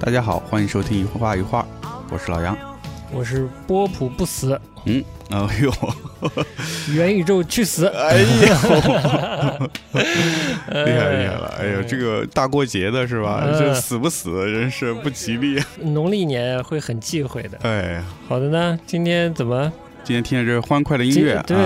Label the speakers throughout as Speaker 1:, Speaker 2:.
Speaker 1: 大家好，欢迎收听一画一画，我是老杨。
Speaker 2: 我是波普不死，
Speaker 1: 嗯，哎呦，
Speaker 2: 元宇宙去死！呃
Speaker 1: 哎 呦，厉
Speaker 2: 厉
Speaker 1: 害厉害了！哎呦，这个大过节的是吧？
Speaker 2: 嗯
Speaker 1: 这死不死真是不吉利。
Speaker 2: 农历年会很忌讳的。
Speaker 1: 哎呀，
Speaker 2: 好的呢，今天怎么？
Speaker 1: 今天听着这欢快的音
Speaker 2: 今
Speaker 1: 乐，啊
Speaker 2: 对，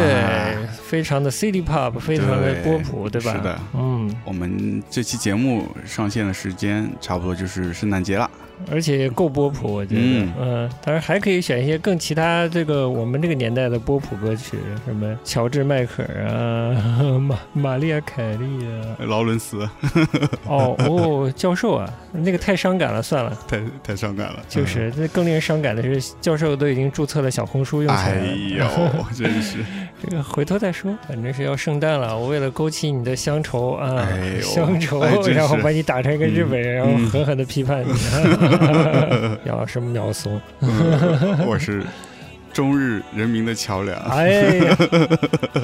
Speaker 2: 非常的 City Pop，非常的波普，对吧？
Speaker 1: 是的。
Speaker 2: 嗯，
Speaker 1: 我们这期节目上线的时间差不多就是圣诞节了。
Speaker 2: 而且也够波普，我觉得，
Speaker 1: 嗯
Speaker 2: 嗯、当然还可以选一些更其他这个我们这个年代的波普歌曲，什么乔治迈克尔啊， 玛玛丽亚凯莉啊，
Speaker 1: 劳伦斯
Speaker 2: 哦哦，教授啊，那个太伤感了，算了，
Speaker 1: 太太伤感了，嗯
Speaker 2: 就是那更令人伤感的是，教授都已经注册了小红书
Speaker 1: 嗯。
Speaker 2: 用起来
Speaker 1: 哎
Speaker 2: 了，
Speaker 1: 呦，真 是
Speaker 2: 这个回头再说，反正是要圣诞了。我为了勾起你的乡愁啊，
Speaker 1: 哎呦
Speaker 2: 乡愁，
Speaker 1: 哎真是
Speaker 2: 然后把你打成一个日本人，然
Speaker 1: 嗯
Speaker 2: 后狠狠的 批判你，姚老师秒怂。
Speaker 1: 嗯我是中日人民的桥梁。
Speaker 2: 哎呀，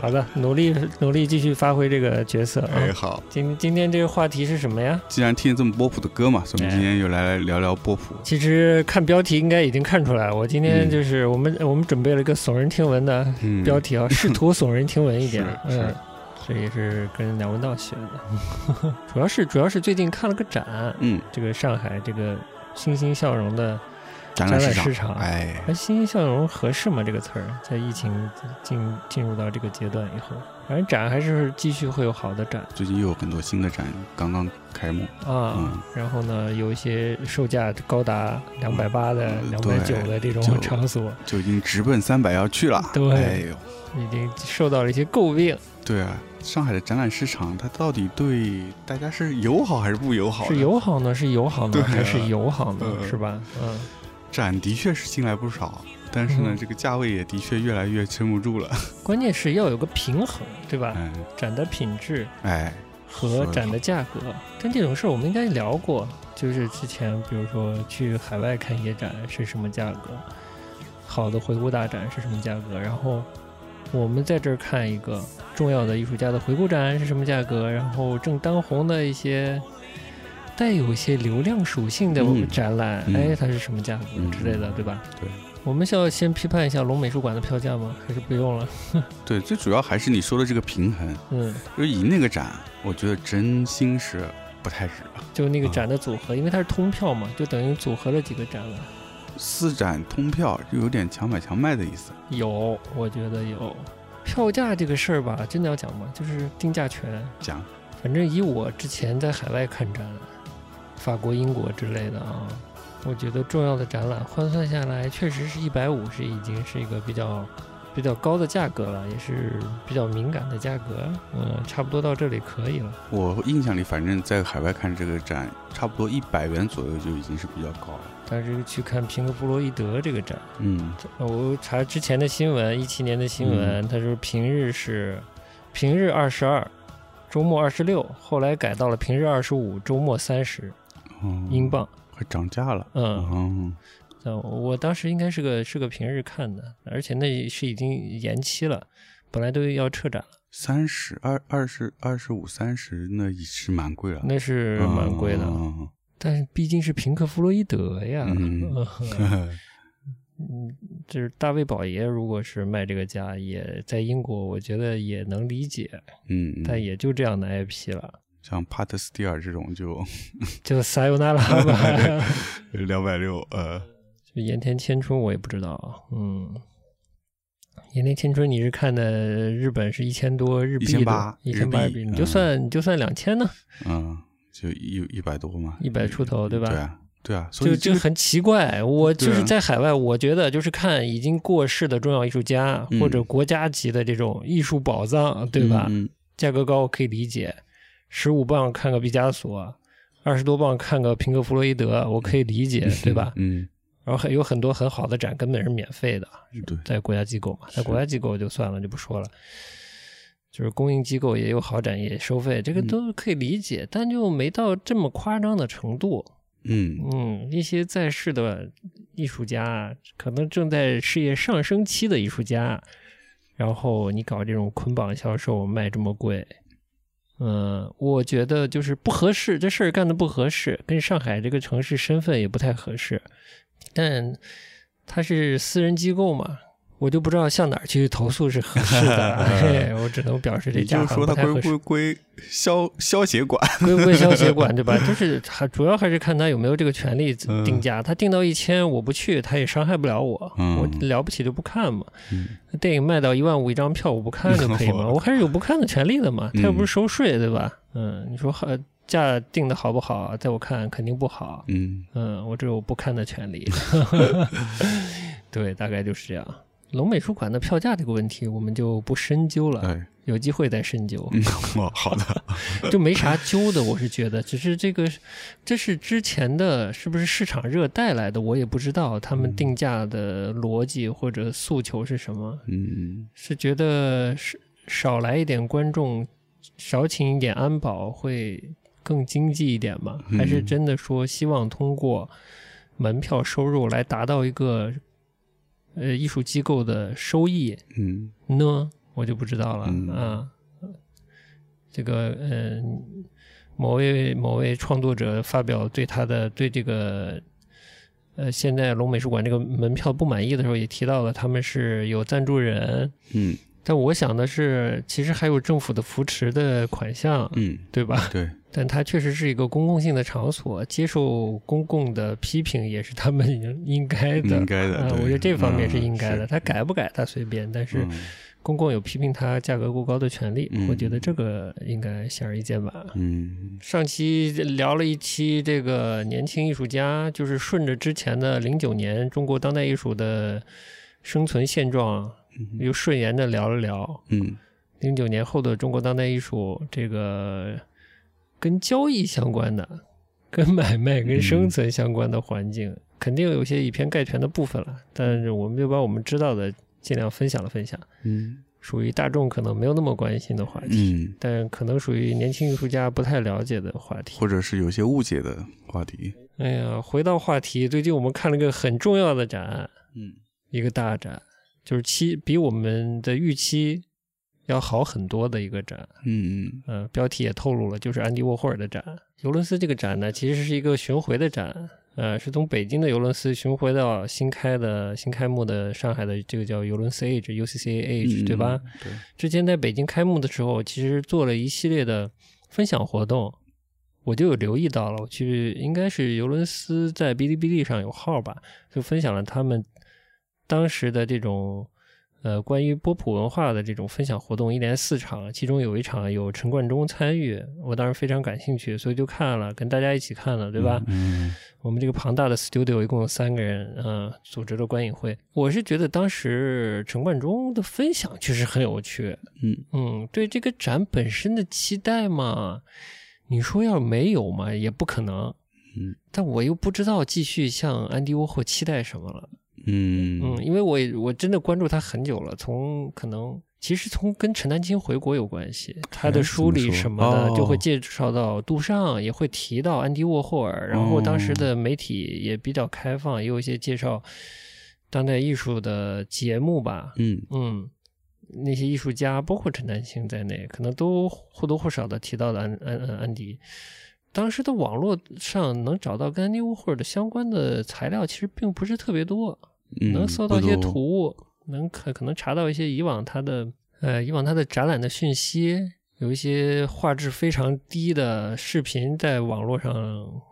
Speaker 2: 好的，努力努力继续发挥这个角色啊。
Speaker 1: 哎，好，
Speaker 2: 今今天这个话题是什么呀？
Speaker 1: 既然听这么波普的歌嘛，所以我们
Speaker 2: 哎
Speaker 1: 今天又来聊聊波普。
Speaker 2: 其实看标题应该已经看出来，我今天
Speaker 1: 嗯
Speaker 2: 就是我们、我们准备了一个耸人听闻的
Speaker 1: 嗯，
Speaker 2: 标题
Speaker 1: 。
Speaker 2: 啊，试图耸人听闻一点
Speaker 1: 是是
Speaker 2: 嗯，这也是跟梁文道学的， 主要是主要是最近看了个展，
Speaker 1: 嗯，
Speaker 2: 这个上海这个欣欣向荣的，
Speaker 1: 展览
Speaker 2: 展览
Speaker 1: 场，
Speaker 2: 市场
Speaker 1: 哎，
Speaker 2: 哎，欣欣向荣合适吗？这个词儿在疫情进进入到这个阶段以后，反正展还是继续会有好的展
Speaker 1: 最近又有很多新的展刚刚开幕，
Speaker 2: 啊。
Speaker 1: 嗯，
Speaker 2: 然后呢，有一些售价高达两百八的、两百九的这种
Speaker 1: 嗯就
Speaker 2: 场所，
Speaker 1: 就已经直奔三百要去了。
Speaker 2: 对
Speaker 1: 哎呦，
Speaker 2: 已经受到了一些诟病，
Speaker 1: 对啊，上海的展览市场它到底对大家是友好还是不友好？
Speaker 2: 是。友好呢，是友好
Speaker 1: 对
Speaker 2: 呢，
Speaker 1: 啊
Speaker 2: 还是友好呢？
Speaker 1: 嗯
Speaker 2: 是吧？嗯。
Speaker 1: 展的确是进来不少，但是呢，
Speaker 2: 嗯啊
Speaker 1: 这个价位也的确越来越撑不住了。
Speaker 2: 关键是要有个平衡，对吧？
Speaker 1: 嗯，
Speaker 2: 展的品质
Speaker 1: 哎，
Speaker 2: 和展的价格，但这种事儿我们应该聊过，就是之前比如说去海外看野展是什么价格，好的回顾大展是什么价格，然后我们在这儿看一个重要的艺术家的回顾展是什么价格，然后正当红的一些。带有一些流量属性的
Speaker 1: 嗯
Speaker 2: 展览，
Speaker 1: 嗯
Speaker 2: 哎，它是什么价格
Speaker 1: 嗯
Speaker 2: 之类的，对吧？
Speaker 1: 对。
Speaker 2: 我们需要先批判一下龙美术馆的票价吗？还是不用了？
Speaker 1: 对，最主要还是你说的这个平衡。
Speaker 2: 嗯，
Speaker 1: 就以那个展，我觉得真心是不太值。
Speaker 2: 就那个展的组合，因为它是通票嘛，就等于组合了几个展览。
Speaker 1: 四展通票就有点强买强卖的意思。
Speaker 2: 有，我觉得有。票价这个事儿吧，真的要讲吗？就是定价权。
Speaker 1: 讲，
Speaker 2: 反正以我之前在海外看展览，法国、英国之类的啊，我觉得重要的展览换算下来，确实是一百五是已经是一个比较比较高的价格了，也是比较敏感的价格。嗯，差不多到这里可以了。
Speaker 1: 我印象里，反正在海外看这个展，差不多一百元左右就已经是比较高了。
Speaker 2: 但是去看平克·布洛伊德这个展。
Speaker 1: 嗯，
Speaker 2: 我查之前的新闻，一七年的新闻，他说平日是平日二十二，周末二十六，后来改到了平日二十五，周末三十
Speaker 1: 哦
Speaker 2: 英镑。
Speaker 1: 快涨价了。
Speaker 2: 嗯，
Speaker 1: 哦，
Speaker 2: 但我当时应该是个是个平日看的，而且那是已经延期了，本来都要撤展了，
Speaker 1: 三十二、二十二、十五、三十，那也是蛮贵了，
Speaker 2: 那是
Speaker 1: 嗯
Speaker 2: 蛮贵的。
Speaker 1: 哦
Speaker 2: 但是毕竟是平克·弗洛伊德呀，
Speaker 1: 嗯
Speaker 2: 嗯，就是大卫·宝爷，如果是卖这个价，也在英国，我觉得也能理解，
Speaker 1: 嗯，
Speaker 2: 但也就这样的 IP 了。
Speaker 1: 像帕特斯蒂尔这种 就
Speaker 2: 就撒尤那拉吧。
Speaker 1: 两百六，呃，
Speaker 2: 就盐田千春我也不知道啊，嗯，盐田千春你是看的日本是一千多日币的，
Speaker 1: 1800
Speaker 2: 一千八
Speaker 1: 日
Speaker 2: 日
Speaker 1: 币
Speaker 2: 币，你就算你就算两千呢，
Speaker 1: 嗯，就一一百多嘛，
Speaker 2: 一百出头对吧？
Speaker 1: 对啊，对啊，所
Speaker 2: 就
Speaker 1: 以
Speaker 2: 就
Speaker 1: 这个
Speaker 2: 很奇怪，我就
Speaker 1: 对
Speaker 2: 是
Speaker 1: 啊
Speaker 2: 在海外，我觉得就是看已经过世的重要艺术家
Speaker 1: 嗯
Speaker 2: 或者国家级的这种艺术宝藏，对吧？
Speaker 1: 嗯
Speaker 2: 价格高我可以理解，十五磅看个毕加索，二十多磅看个平克·弗洛伊德，我可以理 解，对吧？
Speaker 1: 嗯，
Speaker 2: 然后还有很多很好的展根本是免费的，
Speaker 1: 对，
Speaker 2: 在国家机构嘛，
Speaker 1: 是
Speaker 2: 在国家机构就算了，就不说了。就是供应机构也有好展也收费，这个
Speaker 1: 嗯
Speaker 2: 都可以理解，但就没到这么夸张的程度。
Speaker 1: 嗯，
Speaker 2: 嗯，一些在世的艺术家，可能正在事业上升期的艺术家，然后你搞这种捆绑销售卖这么贵，嗯，我觉得就是不合适，这事儿干的不合适，跟上海这个城市身份也不太合适。但它是私人机构嘛，我就不知道向哪儿去投诉是合适的。 哎、我只能表示这
Speaker 1: 你
Speaker 2: 家
Speaker 1: 就
Speaker 2: 行
Speaker 1: 说它
Speaker 2: 不太
Speaker 1: 归
Speaker 2: 合适
Speaker 1: 归。归消消协管，
Speaker 2: 归不归消协 管，对吧？就是还主要还是看他有没有这个权利
Speaker 1: 嗯
Speaker 2: 定价。他定到一千，我不去，他也伤害不了我。
Speaker 1: 嗯
Speaker 2: 我了不起就不看嘛。
Speaker 1: 嗯
Speaker 2: 电影卖到一万五一张票，我不看就可以嘛。
Speaker 1: 我
Speaker 2: 我还是有不看的权利的嘛。
Speaker 1: 嗯
Speaker 2: 他又不是收税，对吧？嗯，你说好价定的好不好？在我看肯定不好。
Speaker 1: 嗯，
Speaker 2: 嗯，我只有不看的 权利。 对，大概就是这样。龙美术馆的票价这个问题，我们就不深究了，
Speaker 1: 哎，
Speaker 2: 有机会再深究。
Speaker 1: 嗯， 哦，好的，
Speaker 2: 就没啥揪的，我是觉得，只是这个，这是之前的，是不是市场热带来的，我也不知道他们定价的逻辑或者诉求是什么，
Speaker 1: 嗯，
Speaker 2: 是觉得是少来一点观众，少请一点安保会更经济一点吗？
Speaker 1: 嗯
Speaker 2: 还是真的说希望通过门票收入来达到一个呃艺术机构的收益？
Speaker 1: 嗯，
Speaker 2: 呢，我就不知道了、
Speaker 1: 嗯
Speaker 2: 啊。这个嗯，某位某位创作者发表对他的对这个呃现在龙美术馆这个门票不满意的时候，也提到了他们是有赞助人，
Speaker 1: 嗯，
Speaker 2: 但我想的是，其实还有政府的扶持的款项，
Speaker 1: 嗯，
Speaker 2: 对吧？
Speaker 1: 对，
Speaker 2: 但它确实是一个公共性的场所，接受公共的批评也是他们应应该的。
Speaker 1: 应该的，
Speaker 2: 啊，
Speaker 1: 嗯对
Speaker 2: 我觉得这方面是
Speaker 1: 嗯
Speaker 2: 应该的，
Speaker 1: 是
Speaker 2: 他改不改他随便，但是
Speaker 1: 嗯
Speaker 2: 公共有批评它价格过高的权利，
Speaker 1: 嗯
Speaker 2: 我觉得这个应该显而易见吧。
Speaker 1: 嗯
Speaker 2: 上期聊了一期这个年轻艺术家，就是顺着之前的零九年中国当代艺术的生存现状，又顺延的聊了聊
Speaker 1: 嗯
Speaker 2: 零九年后的中国当代艺术这个跟交易相关的、 跟买卖、跟生存相关的环境，肯定有些以偏概全的部分了，但是我们就把我们知道的尽量分享了分享。
Speaker 1: 嗯
Speaker 2: 属于大众可能没有那么关心的话题，
Speaker 1: 嗯，
Speaker 2: 但可能属于年轻艺术家不太了解的话题。
Speaker 1: 或者是有些误解的话题，
Speaker 2: 哎呀，回到话题，最近我们看了个很重要的展，
Speaker 1: 嗯
Speaker 2: 一个大展，就是期比我们的预期要好很多的一个展。
Speaker 1: 嗯
Speaker 2: 呃，标题也透露了，就是安迪沃霍尔的展。尤伦斯这个展呢，其实是一个巡回的展，呃，是从北京的尤伦斯巡回到新开的新开幕的上海的这个叫尤伦斯 H UCCAH，、
Speaker 1: 嗯，
Speaker 2: 对吧？？
Speaker 1: 对，
Speaker 2: 之前在北京开幕的时候，其实做了一系列的分享活动，我就有留意到了。我去应该是尤伦斯在哔哩哔哩上有号吧，就分享了他们当时的这种呃关于波普文化的这种分享活动，一连四场，其中有一场有陈冠中参与，我当时非常感兴趣，所以就看了，跟大家一起看了，对吧？
Speaker 1: 嗯
Speaker 2: 我们这个庞大的 studio 一共有三个人，嗯、组织了观影会。我是觉得当时陈冠中的分享确实很有趣，
Speaker 1: 嗯
Speaker 2: 嗯，对这个展本身的期待嘛，你说要没有嘛，也不可能。
Speaker 1: 嗯，
Speaker 2: 但我又不知道继续向安迪沃霍期待什么了。
Speaker 1: 嗯
Speaker 2: 嗯，因为我也我真的关注他很久了，从可能其实从跟陈丹青回国有关系，他的
Speaker 1: 哎
Speaker 2: 书
Speaker 1: 怎么
Speaker 2: 里
Speaker 1: 说
Speaker 2: 什么的
Speaker 1: 哦
Speaker 2: 就会介绍到杜尚，也会提到安迪沃霍尔，然后当时
Speaker 1: 哦
Speaker 2: 的媒体也比较开放，也有一些介绍当代艺术的节目吧。
Speaker 1: 嗯
Speaker 2: 嗯，那些艺术家，包括陈丹青在内，可能都或多或少的提到了安安安安迪。当时的网络上能找到跟安迪沃霍尔的相关的材料，其实并不是特别多，
Speaker 1: 嗯，
Speaker 2: 能搜到一些
Speaker 1: 不多
Speaker 2: 图，物，能可可能查到一些以往他的呃以往他的展览的讯息，有一些画质非常低的视频在网络上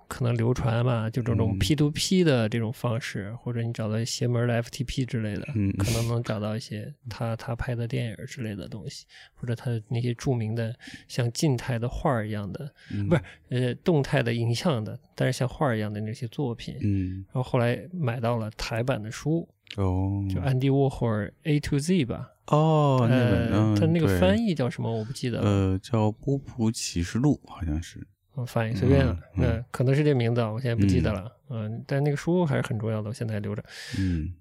Speaker 2: 可能流传吧，就这种
Speaker 1: 嗯
Speaker 2: P to P 的这种方式，或者你找到邪门的 FTP 之类的，
Speaker 1: 嗯
Speaker 2: 可能能找到一些他他拍的电影之类的东西，或者他的那些著名的像静态的画儿一样的，
Speaker 1: 嗯
Speaker 2: 不是呃动态的影像的，但是像画儿一样的那些作品。
Speaker 1: 嗯
Speaker 2: 然后后来买到了台版的书，
Speaker 1: 哦
Speaker 2: 就安迪沃霍尔 A to Z 吧，
Speaker 1: 哦那本嗯
Speaker 2: 呃，他那个
Speaker 1: 对
Speaker 2: 翻译叫什么我不记得了，
Speaker 1: 呃叫《波普启示录》好像是
Speaker 2: 嗯翻译随便了，
Speaker 1: 嗯嗯
Speaker 2: 呃可能是这名字啊，我现在不记得了，嗯、但那个书还是很重要的，我现在还留着，
Speaker 1: 嗯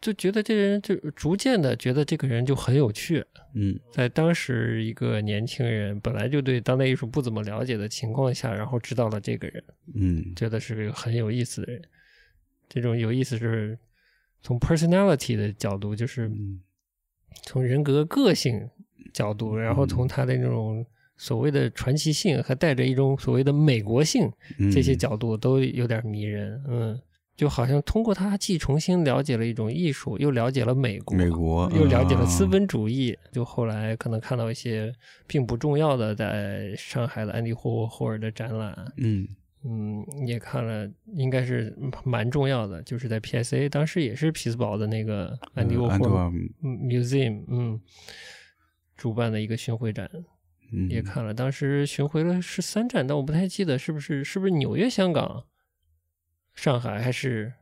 Speaker 2: 就觉得这人就逐渐的觉得这个人就很有趣，
Speaker 1: 嗯
Speaker 2: 在当时一个年轻人本来就对当代艺术不怎么了解的情况下，然后知道了这个人，
Speaker 1: 嗯
Speaker 2: 觉得是个很有意思的人，这种有意思是从 personality 的角度，就是
Speaker 1: 嗯嗯
Speaker 2: 从人格个性角度，然后从他的那种所谓的传奇性和带着一种所谓的美国性，
Speaker 1: 嗯
Speaker 2: 这些角度都有点迷人。嗯，就好像通过它既重新了解了一种艺术，又了解了美国，
Speaker 1: 美国
Speaker 2: 啊又了解了
Speaker 1: 啊
Speaker 2: 资本主义。就后来可能看到一些并不重要的在上海的安迪霍霍尔的展览，
Speaker 1: 嗯
Speaker 2: 嗯，也看了，应该是蛮重要的，就是在 PSA，当时也是匹兹堡的那个安迪
Speaker 1: 呃
Speaker 2: 沃
Speaker 1: 安
Speaker 2: 霍
Speaker 1: 德
Speaker 2: 尔嗯
Speaker 1: 瓦姆
Speaker 2: Museum，嗯，主办的一个巡回展
Speaker 1: 嗯
Speaker 2: 也看了，当时巡回了是三站，但我不太记得是不是是不是纽约、香港、上海还是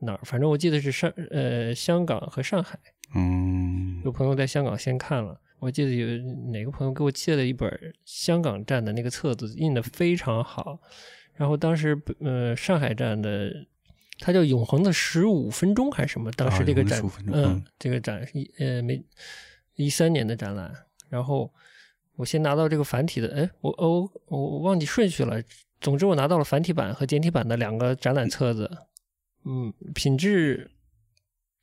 Speaker 2: 哪儿，反正我记得是上呃香港和上海，
Speaker 1: 嗯
Speaker 2: 有朋友在香港先看了。我记得有哪个朋友给我借了一本香港站的那个册子，印的非常好。然后当时，呃，上海站的，它叫《永恒的十五分钟》还是什么？当时这个展，
Speaker 1: 啊永恒的15分钟
Speaker 2: 嗯
Speaker 1: 嗯，
Speaker 2: 这个展一呃没一三年的展览。然后我先拿到这个繁体的，哎，我哦我我忘记顺序了。总之，我拿到了繁体版和简体版的两个展览册子，嗯，品质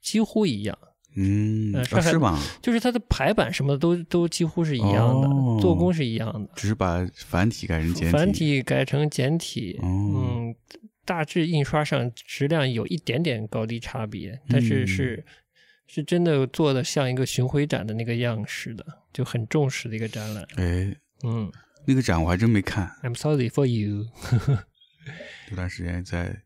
Speaker 2: 几乎一样。
Speaker 1: 嗯
Speaker 2: 呃
Speaker 1: 啊
Speaker 2: 上海
Speaker 1: 是吧？
Speaker 2: 就是它的排版什么的都都几乎是一样的，
Speaker 1: 哦
Speaker 2: 做工是一样的，
Speaker 1: 只是把繁体改成简体，
Speaker 2: 繁体改成简体，
Speaker 1: 哦
Speaker 2: 嗯，大致印刷上质量有一点点高低差别，但是
Speaker 1: 嗯
Speaker 2: 是、是真的做的像一个巡回展的那个样式的，就很重视的一个展览。
Speaker 1: 哎，
Speaker 2: 嗯
Speaker 1: 那个展我还真没看，
Speaker 2: ，I'm sorry for you。
Speaker 1: 有段时间在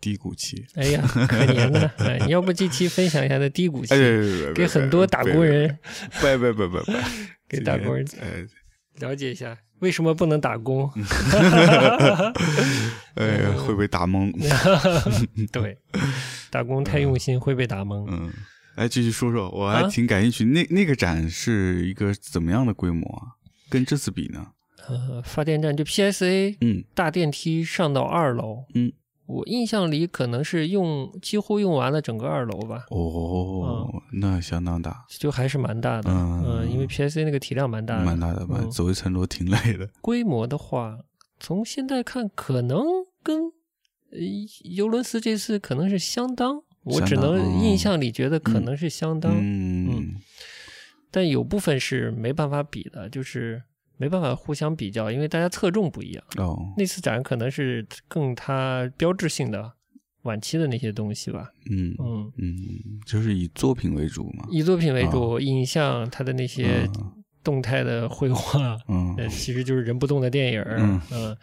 Speaker 1: 低谷期。
Speaker 2: 哎 呀，可怜呐、哎，你要不这期分享一下的低谷期，
Speaker 1: 哎，别别别别
Speaker 2: 给很多打工，人
Speaker 1: 别别别别别， 哎
Speaker 2: 给打工人
Speaker 1: 人，
Speaker 2: 了解一下为什么不能打 工。
Speaker 1: 呃， 哎
Speaker 2: 嗯
Speaker 1: 呀，会被打懵。
Speaker 2: 对，打工太用心会被打懵。
Speaker 1: 嗯，哎，继续说说，我还
Speaker 2: 啊
Speaker 1: 挺感兴趣。那那个展是一个怎么样的规模啊？跟这次比呢？
Speaker 2: 呃，发电站就 PSA
Speaker 1: 嗯
Speaker 2: 大电梯上到二楼，
Speaker 1: 嗯，
Speaker 2: 我印象里可能是用几乎用完了整个二楼吧，
Speaker 1: 哦，那相当大，
Speaker 2: 就还是蛮大的。
Speaker 1: 嗯
Speaker 2: 呃因为 PSA 那个体量蛮大的，
Speaker 1: 蛮大的，蛮
Speaker 2: 嗯
Speaker 1: 走一层楼挺累的。
Speaker 2: 规模的话，从现在看可能跟呃尤伦斯这次可能是相当。我只
Speaker 1: 相当
Speaker 2: 能
Speaker 1: 嗯
Speaker 2: 印象里觉得可能是相 当，
Speaker 1: 嗯
Speaker 2: 但有部分是没办法比的，就是没办法互相比较，因为大家侧重不一样。
Speaker 1: 哦
Speaker 2: 那次展可能是更它标志性的晚期的那些东西吧。
Speaker 1: 嗯
Speaker 2: 嗯，
Speaker 1: 嗯，就是以作品为主嘛。
Speaker 2: 以作品为
Speaker 1: 啊
Speaker 2: 主，影像它的那些动态的绘画，
Speaker 1: 嗯
Speaker 2: 呃，其实就是人不动的电影儿。
Speaker 1: 嗯
Speaker 2: 嗯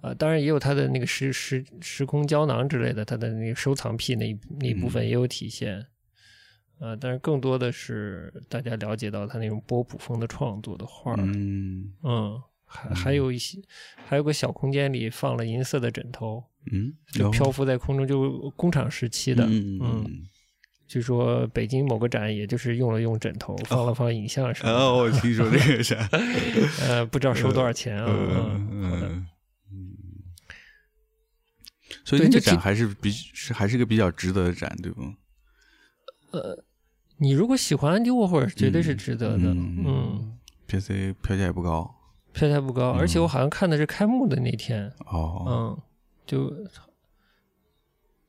Speaker 2: 呃，当然也有它的那个时时时空胶囊之类的，它的那个收藏癖那一那一部
Speaker 1: 嗯
Speaker 2: 分也有体现。呃，但是更多的是大家了解到他那种波普风的创作的画儿，
Speaker 1: 嗯
Speaker 2: 嗯，还还有一些，还有个小空间里放了银色的枕头，
Speaker 1: 嗯，
Speaker 2: 就漂浮在空中，就工厂时期的。
Speaker 1: 嗯
Speaker 2: 据说北京某个展，也就是用了用枕头，放了放影像什么的。
Speaker 1: 哦，我听说这个啥，
Speaker 2: 呃，不知道收多少钱啊？
Speaker 1: 呃
Speaker 2: 嗯
Speaker 1: 嗯嗯。所以那
Speaker 2: 对
Speaker 1: 个
Speaker 2: 就
Speaker 1: 展
Speaker 2: 其
Speaker 1: 还是比是还是个比较值得的展，对不？
Speaker 2: 你如果喜欢安迪沃霍尔，绝对是值得的。
Speaker 1: 嗯
Speaker 2: 嗯，
Speaker 1: ，PC 票价也不高
Speaker 2: 票价不高，而
Speaker 1: 嗯
Speaker 2: 且我好像看的是开幕的那天。
Speaker 1: 哦，
Speaker 2: 嗯，就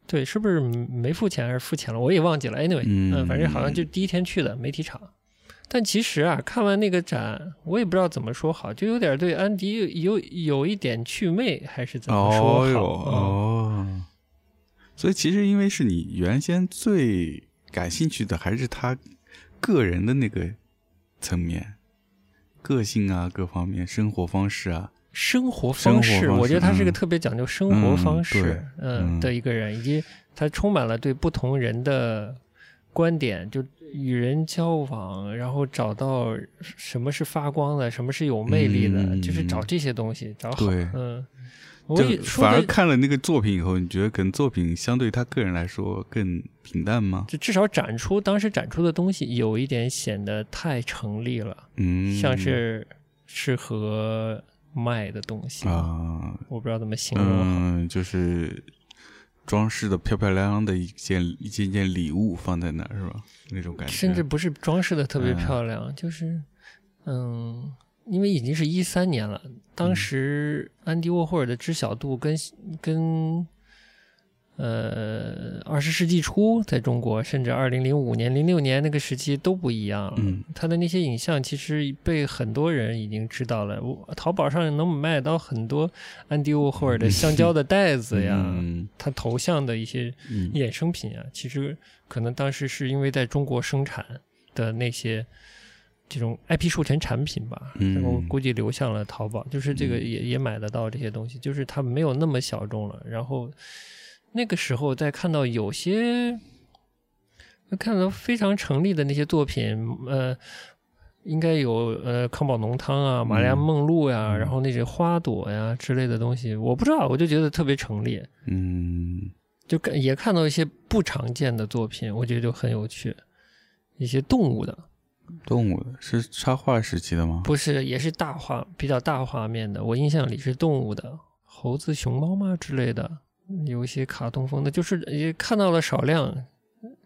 Speaker 2: 对，是不是没付钱还是付钱了？我也忘记了。Anyway，
Speaker 1: 嗯
Speaker 2: 反正好像就第一天去的媒体场。但其实啊，看完那个展，我也不知道怎么说好，就有点对安迪有有一点祛魅，还是怎么说好？
Speaker 1: 哦哟
Speaker 2: 嗯
Speaker 1: 哦，所以其实因为是你原先最感兴趣的还是他个人的那个层面，个性啊，各方面生活方式啊，
Speaker 2: 生活方
Speaker 1: 生活
Speaker 2: 式，
Speaker 1: 方式
Speaker 2: 我觉得他是个
Speaker 1: 嗯
Speaker 2: 特别讲究生活方式，
Speaker 1: 嗯对嗯
Speaker 2: 嗯的一个人，以及他充满了对不同人的观点，就与人交往，然后找到什么是发光的，什么是有魅力的，
Speaker 1: 嗯
Speaker 2: 就是找这些东西，找好，
Speaker 1: 对
Speaker 2: 嗯，我也
Speaker 1: 就
Speaker 2: 说
Speaker 1: 反而
Speaker 2: 的，
Speaker 1: 看了那个作品以后，你觉得可能作品相对他个人来说更平淡吗？
Speaker 2: 就至少展出当时展出的东西有一点显得太成立了，
Speaker 1: 嗯，
Speaker 2: 像是适合卖的东西，
Speaker 1: 啊，
Speaker 2: 我不知道怎么形容好。
Speaker 1: 嗯，就是装饰的漂漂亮亮的一件一件件礼物放在那儿是吧？那种感觉，
Speaker 2: 甚至不是装饰的特别
Speaker 1: 嗯
Speaker 2: 漂亮，就是，嗯，因为已经是一三年
Speaker 1: 嗯
Speaker 2: 了，当时安迪沃霍尔的知晓度跟跟呃，二十世纪初在中国，甚至二零零五年、零六年那个时期都不一样了。
Speaker 1: 嗯
Speaker 2: 他的那些影像其实被很多人已经知道了。我淘宝上能买到很多安迪沃霍尔的香蕉的袋子呀，
Speaker 1: 嗯
Speaker 2: 他头像的一些
Speaker 1: 嗯
Speaker 2: 衍生品啊，其实可能当时是因为在中国生产的那些这种 IP 授权产品吧，
Speaker 1: 嗯
Speaker 2: 然后估计流向了淘宝，就是这个
Speaker 1: 嗯
Speaker 2: 也也买得到这些东西，就是它没有那么小众了。然后那个时候再看到有些看到非常成立的那些作品，呃。应该有呃康宝浓汤啊、玛利亚
Speaker 1: 嗯
Speaker 2: 梦露呀、
Speaker 1: 嗯
Speaker 2: 然后那些花朵呀之类的东西，我不知道，我就觉得特别成立。
Speaker 1: 嗯
Speaker 2: 就看也看到一些不常见的作品，我觉得就很有趣。一些动物的，
Speaker 1: 动物的是插画时期的吗？
Speaker 2: 不是也是大画比较大画面的，我印象里是动物的，猴子、熊猫吗之类的，有一些卡通风的，就是也看到了少量。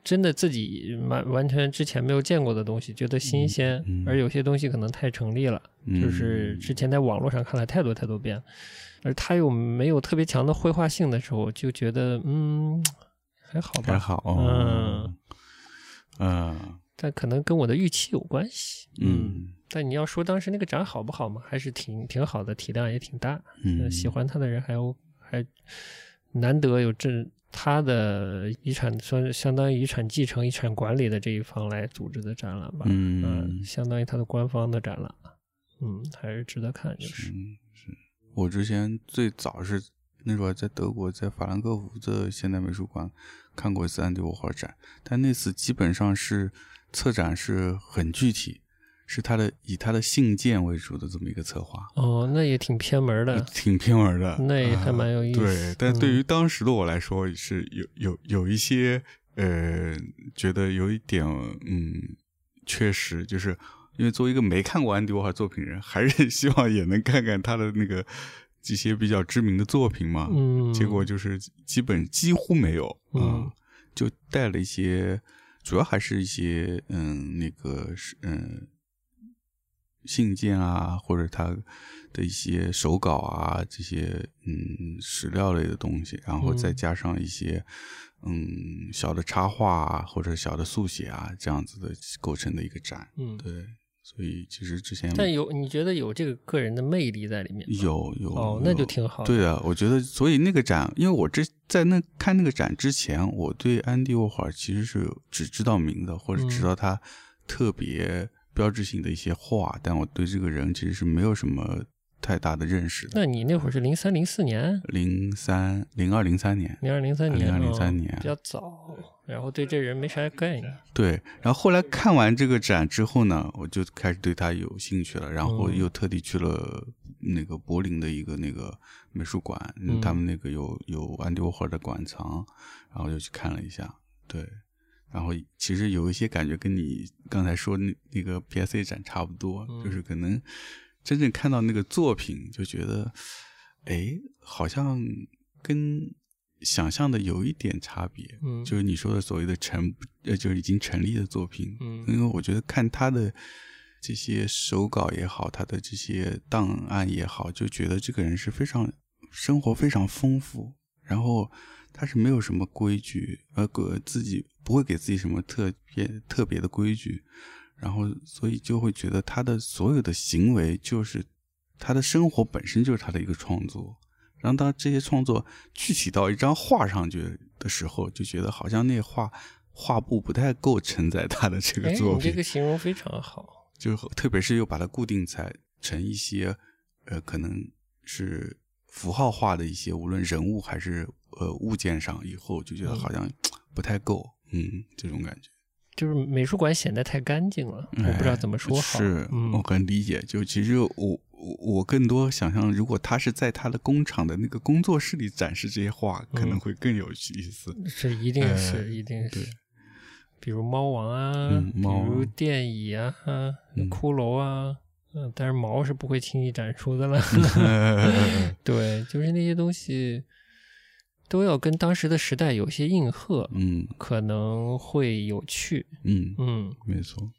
Speaker 2: 真的自己完完全之前没有见过的东西，觉得新鲜，
Speaker 1: 嗯嗯
Speaker 2: 而有些东西可能太成立了，
Speaker 1: 嗯
Speaker 2: 就是之前在网络上看了太多太多遍，而它又没有特别强的绘画性的时候，就觉得嗯还好吧，
Speaker 1: 还好。
Speaker 2: 嗯
Speaker 1: 嗯
Speaker 2: 但可能跟我的预期有关系。
Speaker 1: 嗯
Speaker 2: 但你要说当时那个展好不好嘛，还是挺挺好的，体量也挺大，呃
Speaker 1: 嗯，
Speaker 2: 喜欢他的人还有还难得有这他的遗产算是相当于遗产继承、遗产管理的这一方来组织的展览吧，
Speaker 1: 嗯
Speaker 2: 呃相当于他的官方的展览了，嗯，还是值得看，就是
Speaker 1: 嗯是。我之前最早是那时候还在德国，在法兰克福的现代美术馆看过一次安迪沃霍尔展，但那次基本上是策展是很具体，是他的以他的信件为主的这么一个策划。
Speaker 2: 哦，那也挺偏门的，
Speaker 1: 挺偏门的，
Speaker 2: 那也还蛮有意思
Speaker 1: 啊对，但对
Speaker 2: 嗯
Speaker 1: 于当时的我来说，是有有有一些呃，觉得有一点嗯，确实就是因为作为一个没看过安迪沃霍尔作品人，还是希望也能看看他的那个这些比较知名的作品嘛。
Speaker 2: 嗯，
Speaker 1: 结果就是基本几乎没有，啊
Speaker 2: 嗯
Speaker 1: 就带了一些，主要还是一些嗯那个是嗯信件啊，或者他的一些手稿啊，这些嗯史料类的东西，然后
Speaker 2: 嗯
Speaker 1: 再加上一些嗯小的插画啊，或者小的速写啊，这样子的构成的一个展。
Speaker 2: 嗯，
Speaker 1: 对，所以其实之前
Speaker 2: 但有你觉得有这个个人的魅力在里面吗？
Speaker 1: 有有
Speaker 2: 哦，那就
Speaker 1: 有
Speaker 2: 挺好的，
Speaker 1: 对的，我觉得，所以那个展，因为我之在那看那个展之前，我对安迪沃霍尔其实是只知道名字，或者
Speaker 2: 嗯
Speaker 1: 知道他特别标志性的一些画，但我对这个人其实是没有什么太大的认识的。
Speaker 2: 那你那会儿是零三零四年，
Speaker 1: 零三零二零三年，
Speaker 2: 零二零
Speaker 1: 啊
Speaker 2: 三年，
Speaker 1: 02-03
Speaker 2: 哦
Speaker 1: 年
Speaker 2: 比较早，然后对这人没啥概念。
Speaker 1: 对，然后后来看完这个展之后呢，我就开始对他有兴趣了，然后
Speaker 2: 嗯
Speaker 1: 又特地去了那个柏林的一个那个美术馆，嗯
Speaker 2: 嗯
Speaker 1: 他们那个有有安迪沃霍尔的馆藏，然后就去看了一下，对，然后其实有一些感觉跟你刚才说那那个 PSA 展差不多，
Speaker 2: 嗯
Speaker 1: 就是可能真正看到那个作品就觉得，哎，好像跟想象的有一点差别，
Speaker 2: 嗯，
Speaker 1: 就是你说的所谓的成，呃，就是已经成立的作品。
Speaker 2: 嗯
Speaker 1: 因为我觉得看他的这些手稿也好，他的这些档案也好，就觉得这个人是非常生活非常丰富，然后他是没有什么规矩，呃，给自己不会给自己什么特别特别的规矩，然后所以就会觉得他的所有的行为就是他的生活本身就是他的一个创作。然后当这些创作具体到一张画上去的时候，就觉得好像那画画布不太够承载他的这个
Speaker 2: 哎，
Speaker 1: 作
Speaker 2: 你
Speaker 1: 品，
Speaker 2: 这个形容非常好。
Speaker 1: 就特别是又把它固定才成一些，呃，可能是符号化的一些，无论人物还是呃物件上，以后就觉得
Speaker 2: 嗯
Speaker 1: 好像不太够，嗯，这种感觉。
Speaker 2: 就是美术馆显得太干净了，我不知道怎么说好。
Speaker 1: 哎是，我
Speaker 2: 嗯
Speaker 1: 很理解。就其实我我我更多想象，如果他是在他的工厂的那个工作室里展示这些画，可能
Speaker 2: 嗯
Speaker 1: 会更有意 思。
Speaker 2: 是，一定
Speaker 1: 呃
Speaker 2: 是，一定
Speaker 1: 对
Speaker 2: 是。比如猫王啊，
Speaker 1: 嗯猫王
Speaker 2: 比如电椅啊，啊
Speaker 1: 嗯
Speaker 2: 骷髅啊，嗯、但是毛是不会轻易展 出的了。
Speaker 1: 嗯
Speaker 2: 对，就是那些东西都要跟当时的时代有些应和，
Speaker 1: 嗯
Speaker 2: 可能会有趣。
Speaker 1: 嗯，
Speaker 2: 嗯，
Speaker 1: 没错。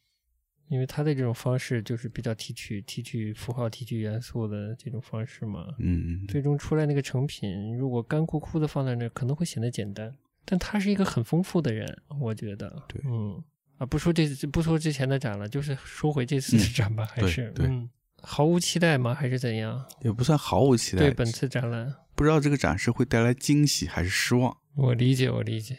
Speaker 2: 因为他的这种方式就是比较提取提取符号、提取元素的这种方式嘛。
Speaker 1: 嗯，
Speaker 2: 最终出来那个成品，如果干枯枯的放在那儿，可能会显得简单。但他是一个很丰富的人，我觉得。
Speaker 1: 对
Speaker 2: 嗯，啊，不说这不说之前的展了，就是说回这次的展 吧，还是
Speaker 1: 嗯对对
Speaker 2: 嗯，毫无期待吗？还是怎样？
Speaker 1: 也不算毫无期待
Speaker 2: 对，本次展览，
Speaker 1: 不知道这个展示会带来惊喜还是失望。
Speaker 2: 我理解，我理解。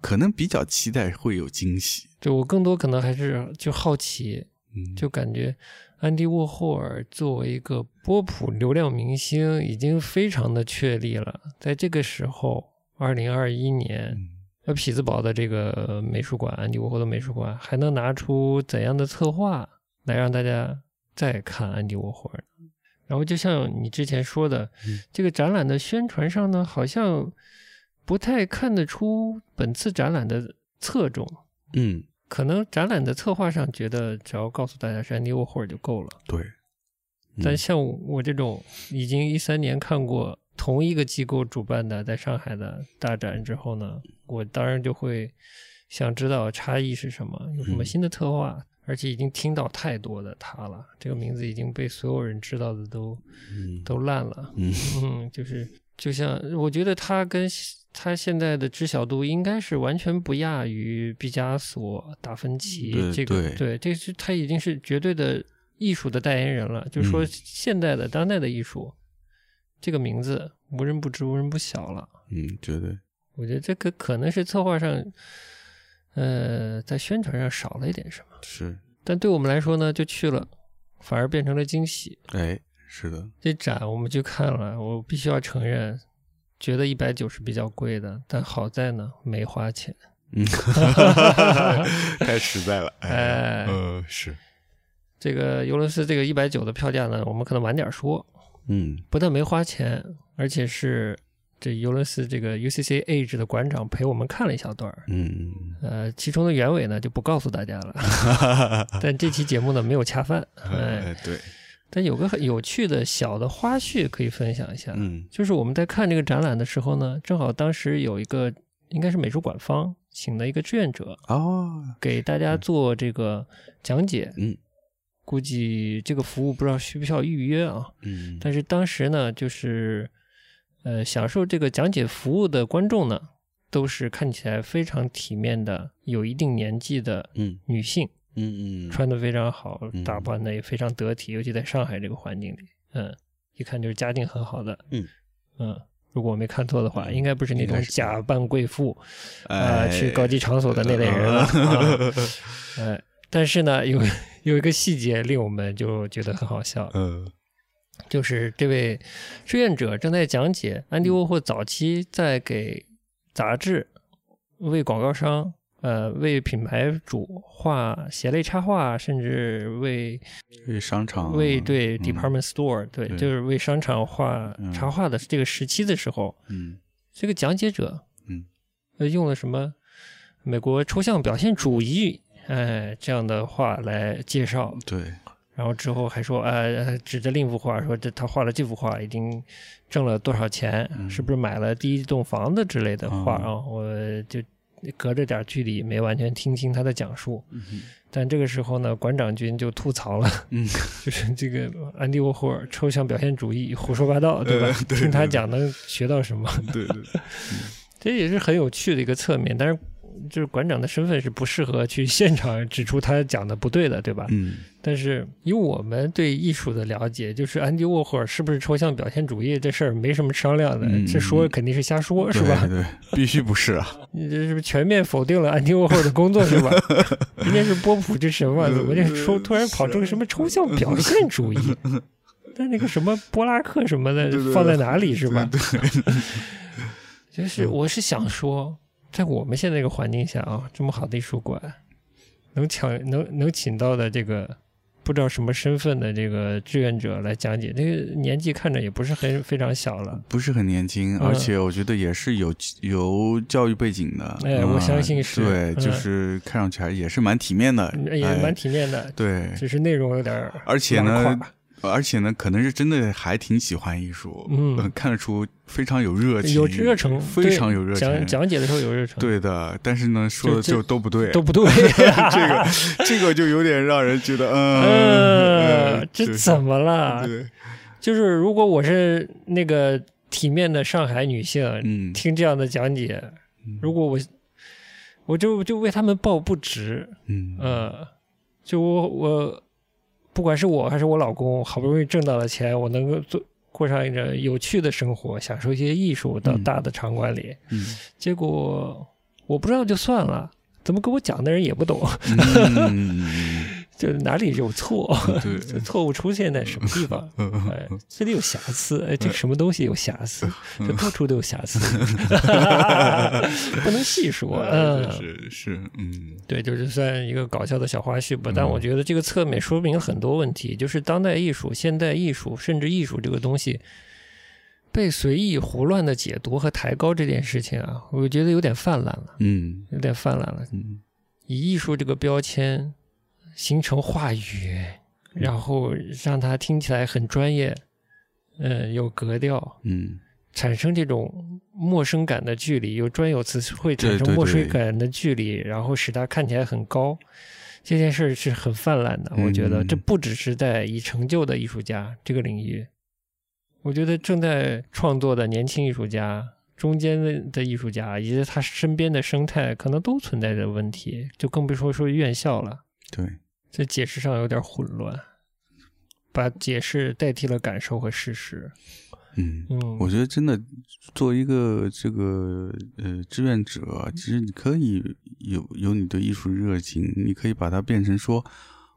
Speaker 1: 可能比较期待会有惊喜，
Speaker 2: 对我更多可能还是就好奇，
Speaker 1: 嗯，
Speaker 2: 就感觉安迪沃霍尔作为一个波普流量明星，已经非常的确立了。在这个时候，二零二一年，
Speaker 1: 嗯
Speaker 2: 呃，匹兹堡的这个美术馆，安迪沃霍的美术馆，还能拿出怎样的策划来让大家再看安迪沃霍尔呢？然后，就像你之前说的，
Speaker 1: 嗯
Speaker 2: 这个展览的宣传上呢，好像不太看得出本次展览的侧重。
Speaker 1: 嗯，
Speaker 2: 可能展览的策划上觉得只要告诉大家哎是安迪沃霍尔就够了，
Speaker 1: 对，嗯
Speaker 2: 但像我这种已经一三年看过同一个机构主办的在上海的大展之后呢，我当然就会想知道差异是什么，有什么新的策划，而且已经听到太多的他了，这个名字已经被所有人知道的都
Speaker 1: 嗯
Speaker 2: 都烂了，
Speaker 1: 嗯
Speaker 2: 嗯，就是就像我觉得他跟他现在的知晓度应该是完全不亚于毕加索、达芬奇
Speaker 1: 对
Speaker 2: 这个，
Speaker 1: 对
Speaker 2: 对，这是他已经是绝对的艺术的代言人了。就是说，
Speaker 1: 嗯
Speaker 2: 现代的、当代的艺术这个名字无人不知、无人不晓了。
Speaker 1: 嗯，绝对，
Speaker 2: 我觉得这个可能是策划上，呃，在宣传上少了一点什么，
Speaker 1: 是，
Speaker 2: 但对我们来说呢，就去了，反而变成了惊喜。
Speaker 1: 哎，是的，
Speaker 2: 这展我们去看了，我必须要承认，觉得一百九是比较贵的，但好在呢没花钱。
Speaker 1: 嗯， 太实在了，
Speaker 2: 哎
Speaker 1: 呃，是，
Speaker 2: 这个尤伦斯这个一百九的票价呢，我们可能晚点说，
Speaker 1: 嗯
Speaker 2: 不但没花钱，而且是这尤伦斯这个 UCC Age 的馆长陪我们看了一小段儿。
Speaker 1: 嗯，
Speaker 2: 呃，其中的原委呢就不告诉 大家了，但这期节目呢没有恰饭，哎，
Speaker 1: 哎，对，
Speaker 2: 但有个很有趣的小的花絮可以分享一下。
Speaker 1: 嗯
Speaker 2: 就是我们在看这个展览的时候呢，正好当时有一个应该是美术馆方请了一个志愿者
Speaker 1: 哦，
Speaker 2: 给大家做这个讲解，
Speaker 1: 嗯
Speaker 2: 估计这个服务不知道需不需要预约啊。
Speaker 1: 嗯，
Speaker 2: 但是当时呢，就是呃，享受这个讲解服务的观众呢，都是看起来非常体面的、有一定年纪的
Speaker 1: 嗯
Speaker 2: 女性，
Speaker 1: 嗯嗯，
Speaker 2: 穿的非常好
Speaker 1: 嗯，
Speaker 2: 打扮的也非常得体，尤其在上海这个环境里，嗯，一看就是家境很好的，
Speaker 1: 嗯
Speaker 2: 嗯如果我没看错的话，应该不是那
Speaker 1: 应
Speaker 2: 种
Speaker 1: 该是
Speaker 2: 假扮贵妇啊、
Speaker 1: 哎嗯
Speaker 2: 去高级场所的那类人了， 啊 呃，但是呢，有有一个细节令我们就觉得很好笑，
Speaker 1: 嗯
Speaker 2: 就是这位志愿者正在讲解安迪沃霍早期在给杂志、为广告商、呃为品牌主画鞋类插画，甚至为
Speaker 1: 为商场，
Speaker 2: 为对
Speaker 1: 嗯
Speaker 2: department store，、对，
Speaker 1: 对
Speaker 2: 就是为商场画
Speaker 1: 嗯
Speaker 2: 插画的这个时期的时候，
Speaker 1: 嗯
Speaker 2: 这个讲解者，
Speaker 1: 嗯
Speaker 2: 呃，用了什么美国抽象表现主义，哎，这样的话来介绍，
Speaker 1: 对，
Speaker 2: 然后之后还说，呃，指着另一幅画说，这他画了这幅画已经挣了多少钱，
Speaker 1: 嗯
Speaker 2: 是不是买了第一栋房子之类的话啊、
Speaker 1: 嗯
Speaker 2: 我就隔着点距离没完全听清他的讲述，
Speaker 1: 嗯
Speaker 2: 但这个时候呢，馆长君就吐槽了，
Speaker 1: 嗯，
Speaker 2: 就是这个安迪沃霍尔抽象表现主义胡说八道，对吧？
Speaker 1: 呃对
Speaker 2: 听他
Speaker 1: 对对
Speaker 2: 讲能学到什么？
Speaker 1: 对对，
Speaker 2: 这也是很有趣的一个侧面，但是就是馆长的身份是不适合去现场指出他讲的不对的，对吧？
Speaker 1: 嗯
Speaker 2: 但是以我们对艺术的了解，就是安迪沃霍尔是不是抽象表现主义这事儿没什么商量的，
Speaker 1: 嗯
Speaker 2: 这说肯定是瞎说，是
Speaker 1: 对
Speaker 2: 吧？
Speaker 1: 对，必须不是啊，
Speaker 2: 你这是不是全面否定了安迪沃霍尔的工作，是吧？人家是波普之神嘛，怎么就
Speaker 1: 嗯
Speaker 2: 说突然跑出个什么抽象表现 主义？但那个什么波拉克什么的
Speaker 1: 对对对
Speaker 2: 放在哪里是吧？
Speaker 1: 对，嗯
Speaker 2: 就是我是想说，在我们现在这个环境下啊，这么好的艺术馆，能抢能能请到的这个不知道什么身份的这个志愿者来讲解，这个年纪看着也不是很非常小了。
Speaker 1: 不是很年轻，
Speaker 2: 嗯
Speaker 1: 而且我觉得也是有有教育背景的。
Speaker 2: 哎
Speaker 1: 嗯
Speaker 2: 我相信是
Speaker 1: 对，
Speaker 2: 嗯
Speaker 1: 就是看上去还也是蛮体面的，
Speaker 2: 也
Speaker 1: 哎
Speaker 2: 蛮体面的，
Speaker 1: 对，
Speaker 2: 只是内容有点儿
Speaker 1: 而且呢
Speaker 2: 拉胯，
Speaker 1: 而且呢，可能是真的还挺喜欢艺术，
Speaker 2: 嗯
Speaker 1: 呃看得出非常有热情，
Speaker 2: 有热忱，
Speaker 1: 非
Speaker 2: 对
Speaker 1: 常有热
Speaker 2: 讲
Speaker 1: 情，
Speaker 2: 讲解的时候有热忱，，
Speaker 1: 对的。但是呢，说的
Speaker 2: 这
Speaker 1: 就都不对，
Speaker 2: 都不对 呀、
Speaker 1: 这个这个就有点让人觉得，嗯，
Speaker 2: 呃，
Speaker 1: 呃
Speaker 2: 这
Speaker 1: 就是
Speaker 2: 怎么了？
Speaker 1: 对，
Speaker 2: 就是如果我是那个体面的上海女性，
Speaker 1: 嗯，
Speaker 2: 听这样的讲解，如果我我就就为他们抱不值，
Speaker 1: 嗯
Speaker 2: 呃，就我我不管是我还是我老公，好不容易挣到了钱，我能够做过上一个有趣的生活，享受一些艺术到
Speaker 1: 嗯
Speaker 2: 大的场馆里，
Speaker 1: 嗯
Speaker 2: 结果我不知道就算了。怎么跟我讲的人也不懂，
Speaker 1: 嗯，
Speaker 2: 就哪里有错，
Speaker 1: 对，
Speaker 2: 这错误出现在什么地方？
Speaker 1: 嗯
Speaker 2: 哎，这里有瑕疵，哎，这个什么东西有瑕疵？
Speaker 1: 嗯
Speaker 2: 这到处都有瑕 疵，不能细说。嗯，
Speaker 1: 哎是是，嗯
Speaker 2: 对，就是算一个搞笑的小花絮吧
Speaker 1: 嗯。
Speaker 2: 但我觉得这个侧面说明了很多问题，就是当代艺术、现代艺术，甚至艺术这个东西被随意胡乱的解读和抬高这件事情啊，我觉得有点泛滥了，
Speaker 1: 嗯
Speaker 2: 有点泛滥了。
Speaker 1: 嗯
Speaker 2: 以艺术这个标签形成话语，然后让它听起来很专业，嗯，有格调，
Speaker 1: 嗯，
Speaker 2: 产生这种陌生感的距离，有专有词汇产
Speaker 1: 对
Speaker 2: 生
Speaker 1: 对
Speaker 2: 陌生
Speaker 1: 对
Speaker 2: 感的距离，然后使它看起来很高。这件事儿是很泛滥的，我觉得
Speaker 1: 嗯
Speaker 2: 这不只是在已成就的艺术家这个领域，我觉得正在创作的年轻艺术家、中间的的艺术家以及他身边的生态，可能都存在着问题，就更别说说院校了。
Speaker 1: 对，嗯
Speaker 2: 这解释上有点混乱，把解释代替了感受和事实。
Speaker 1: 嗯。
Speaker 2: 嗯，
Speaker 1: 我觉得真的，作为一个这个呃志愿者，其实你可以有有你对艺术热情，你可以把它变成说，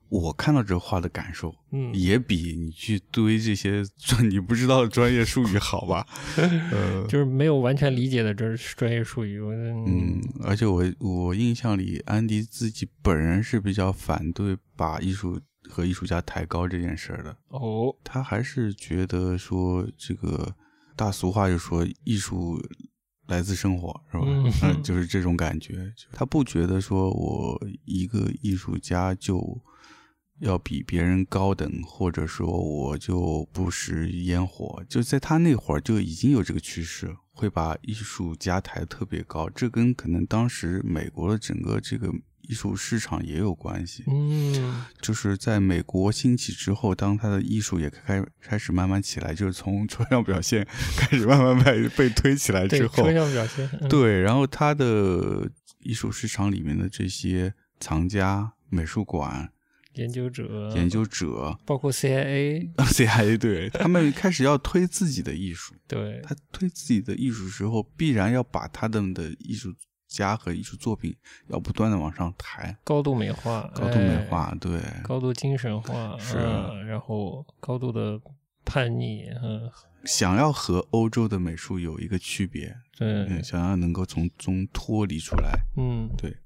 Speaker 1: 我看到这画的感受，
Speaker 2: 嗯
Speaker 1: 也比你去堆这些专 你不知道的专业术语好吧？ 呃，
Speaker 2: 就是没有完全理解的这是专业术语。我
Speaker 1: 嗯
Speaker 2: 嗯，
Speaker 1: 而且我我印象里，安迪自己本人是比较反对把艺术和艺术家抬高这件事儿的，
Speaker 2: 哦，
Speaker 1: 他还是觉得说这个大俗话就说艺术来自生活，是吧？
Speaker 2: 嗯
Speaker 1: 嗯，就是这种感觉，就他不觉得说我一个艺术家就。要比别人高等，或者说我就不食烟火，就在他那会儿就已经有这个趋势，会把艺术家抬得特别高。这跟可能当时美国的整个这个艺术市场也有关系。
Speaker 2: 嗯
Speaker 1: 就是在美国兴起之后，当他的艺术也开开始慢慢起来，就是从抽象表现 开始慢慢被被推起来
Speaker 2: 对，
Speaker 1: 之后
Speaker 2: 抽，象表现，嗯
Speaker 1: 对，然后他的艺术市场里面的这些藏家、美术馆、
Speaker 2: 研究者
Speaker 1: 研，究者、
Speaker 2: 包括 CIA，
Speaker 1: CIA 对他们开始要推自己的艺术，
Speaker 2: 对，
Speaker 1: 他推自己的艺术时候，必然要把他们的艺术家和艺术作品要不断的往上抬，
Speaker 2: 高度美化，
Speaker 1: 高度美
Speaker 2: 哎，
Speaker 1: 化，对，
Speaker 2: 高度精神化，
Speaker 1: 是
Speaker 2: 嗯然后高度的叛逆，嗯，
Speaker 1: 想要和欧洲的美术有一个区别，嗯，
Speaker 2: 对，
Speaker 1: 想要能够从中脱离出来。
Speaker 2: 嗯，
Speaker 1: 对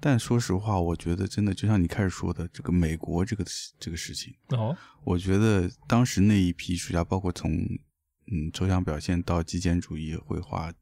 Speaker 1: 但说实话，我觉得真的就像你开始说的，这个美国这个这个事情，
Speaker 2: 哦，
Speaker 1: 我觉得当时那一批艺术家，包括从嗯抽象表现到极简主义绘画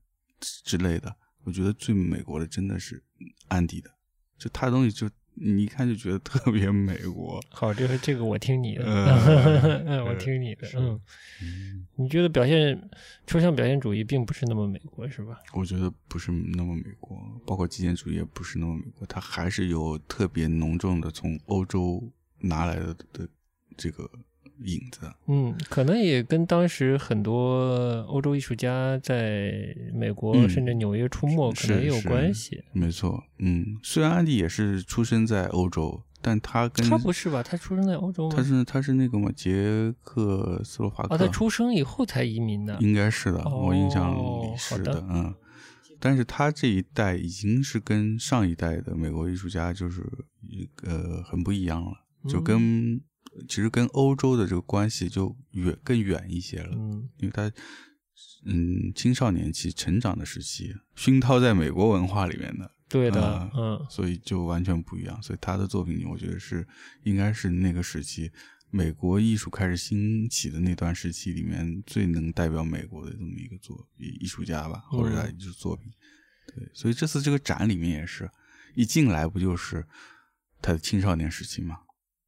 Speaker 1: 之类的，我觉得最美国的真的是安迪的，就他的东西就你一看就觉得特别美国。
Speaker 2: 好，这个这个我听你的，
Speaker 1: 嗯
Speaker 2: 嗯，我听你的，
Speaker 1: 是
Speaker 2: 嗯，你觉得表现抽象表现主义并不是那么美国是吧？
Speaker 1: 我觉得不是那么美国，包括极简主义也不是那么美国，它还是有特别浓重的从欧洲拿来的的这个影子。
Speaker 2: 嗯，可能也跟当时很多欧洲艺术家在美国、
Speaker 1: 嗯
Speaker 2: 甚至纽约出没可
Speaker 1: 是
Speaker 2: 能也有
Speaker 1: 是
Speaker 2: 关系。
Speaker 1: 没错，嗯，虽然安迪也是出生在欧洲，但他跟
Speaker 2: 他不是吧？他出生在欧洲吗？
Speaker 1: 他是他是那个嘛捷克斯洛伐克，
Speaker 2: 哦，他出生以后才移民的。
Speaker 1: 应该是的，
Speaker 2: 哦
Speaker 1: 我印象里是
Speaker 2: 好的
Speaker 1: 嗯。但是他这一代已经是跟上一代的美国艺术家就是一个很不一样了，就
Speaker 2: 嗯
Speaker 1: 跟、其实跟欧洲的这个关系就远更远一些了，
Speaker 2: 嗯，
Speaker 1: 因为他嗯青少年期成长的时期熏陶在美国文化里面的，
Speaker 2: 对
Speaker 1: 啊
Speaker 2: 的，嗯，
Speaker 1: 所以就完全不一样。所以他的作品，我觉得是应该是那个时期美国艺术开始兴起的那段时期里面最能代表美国的这么一个作艺艺术家吧，
Speaker 2: 嗯
Speaker 1: 或者他艺术作品。对，所以这次这个展里面也是，一进来不就是他的青少年时期嘛？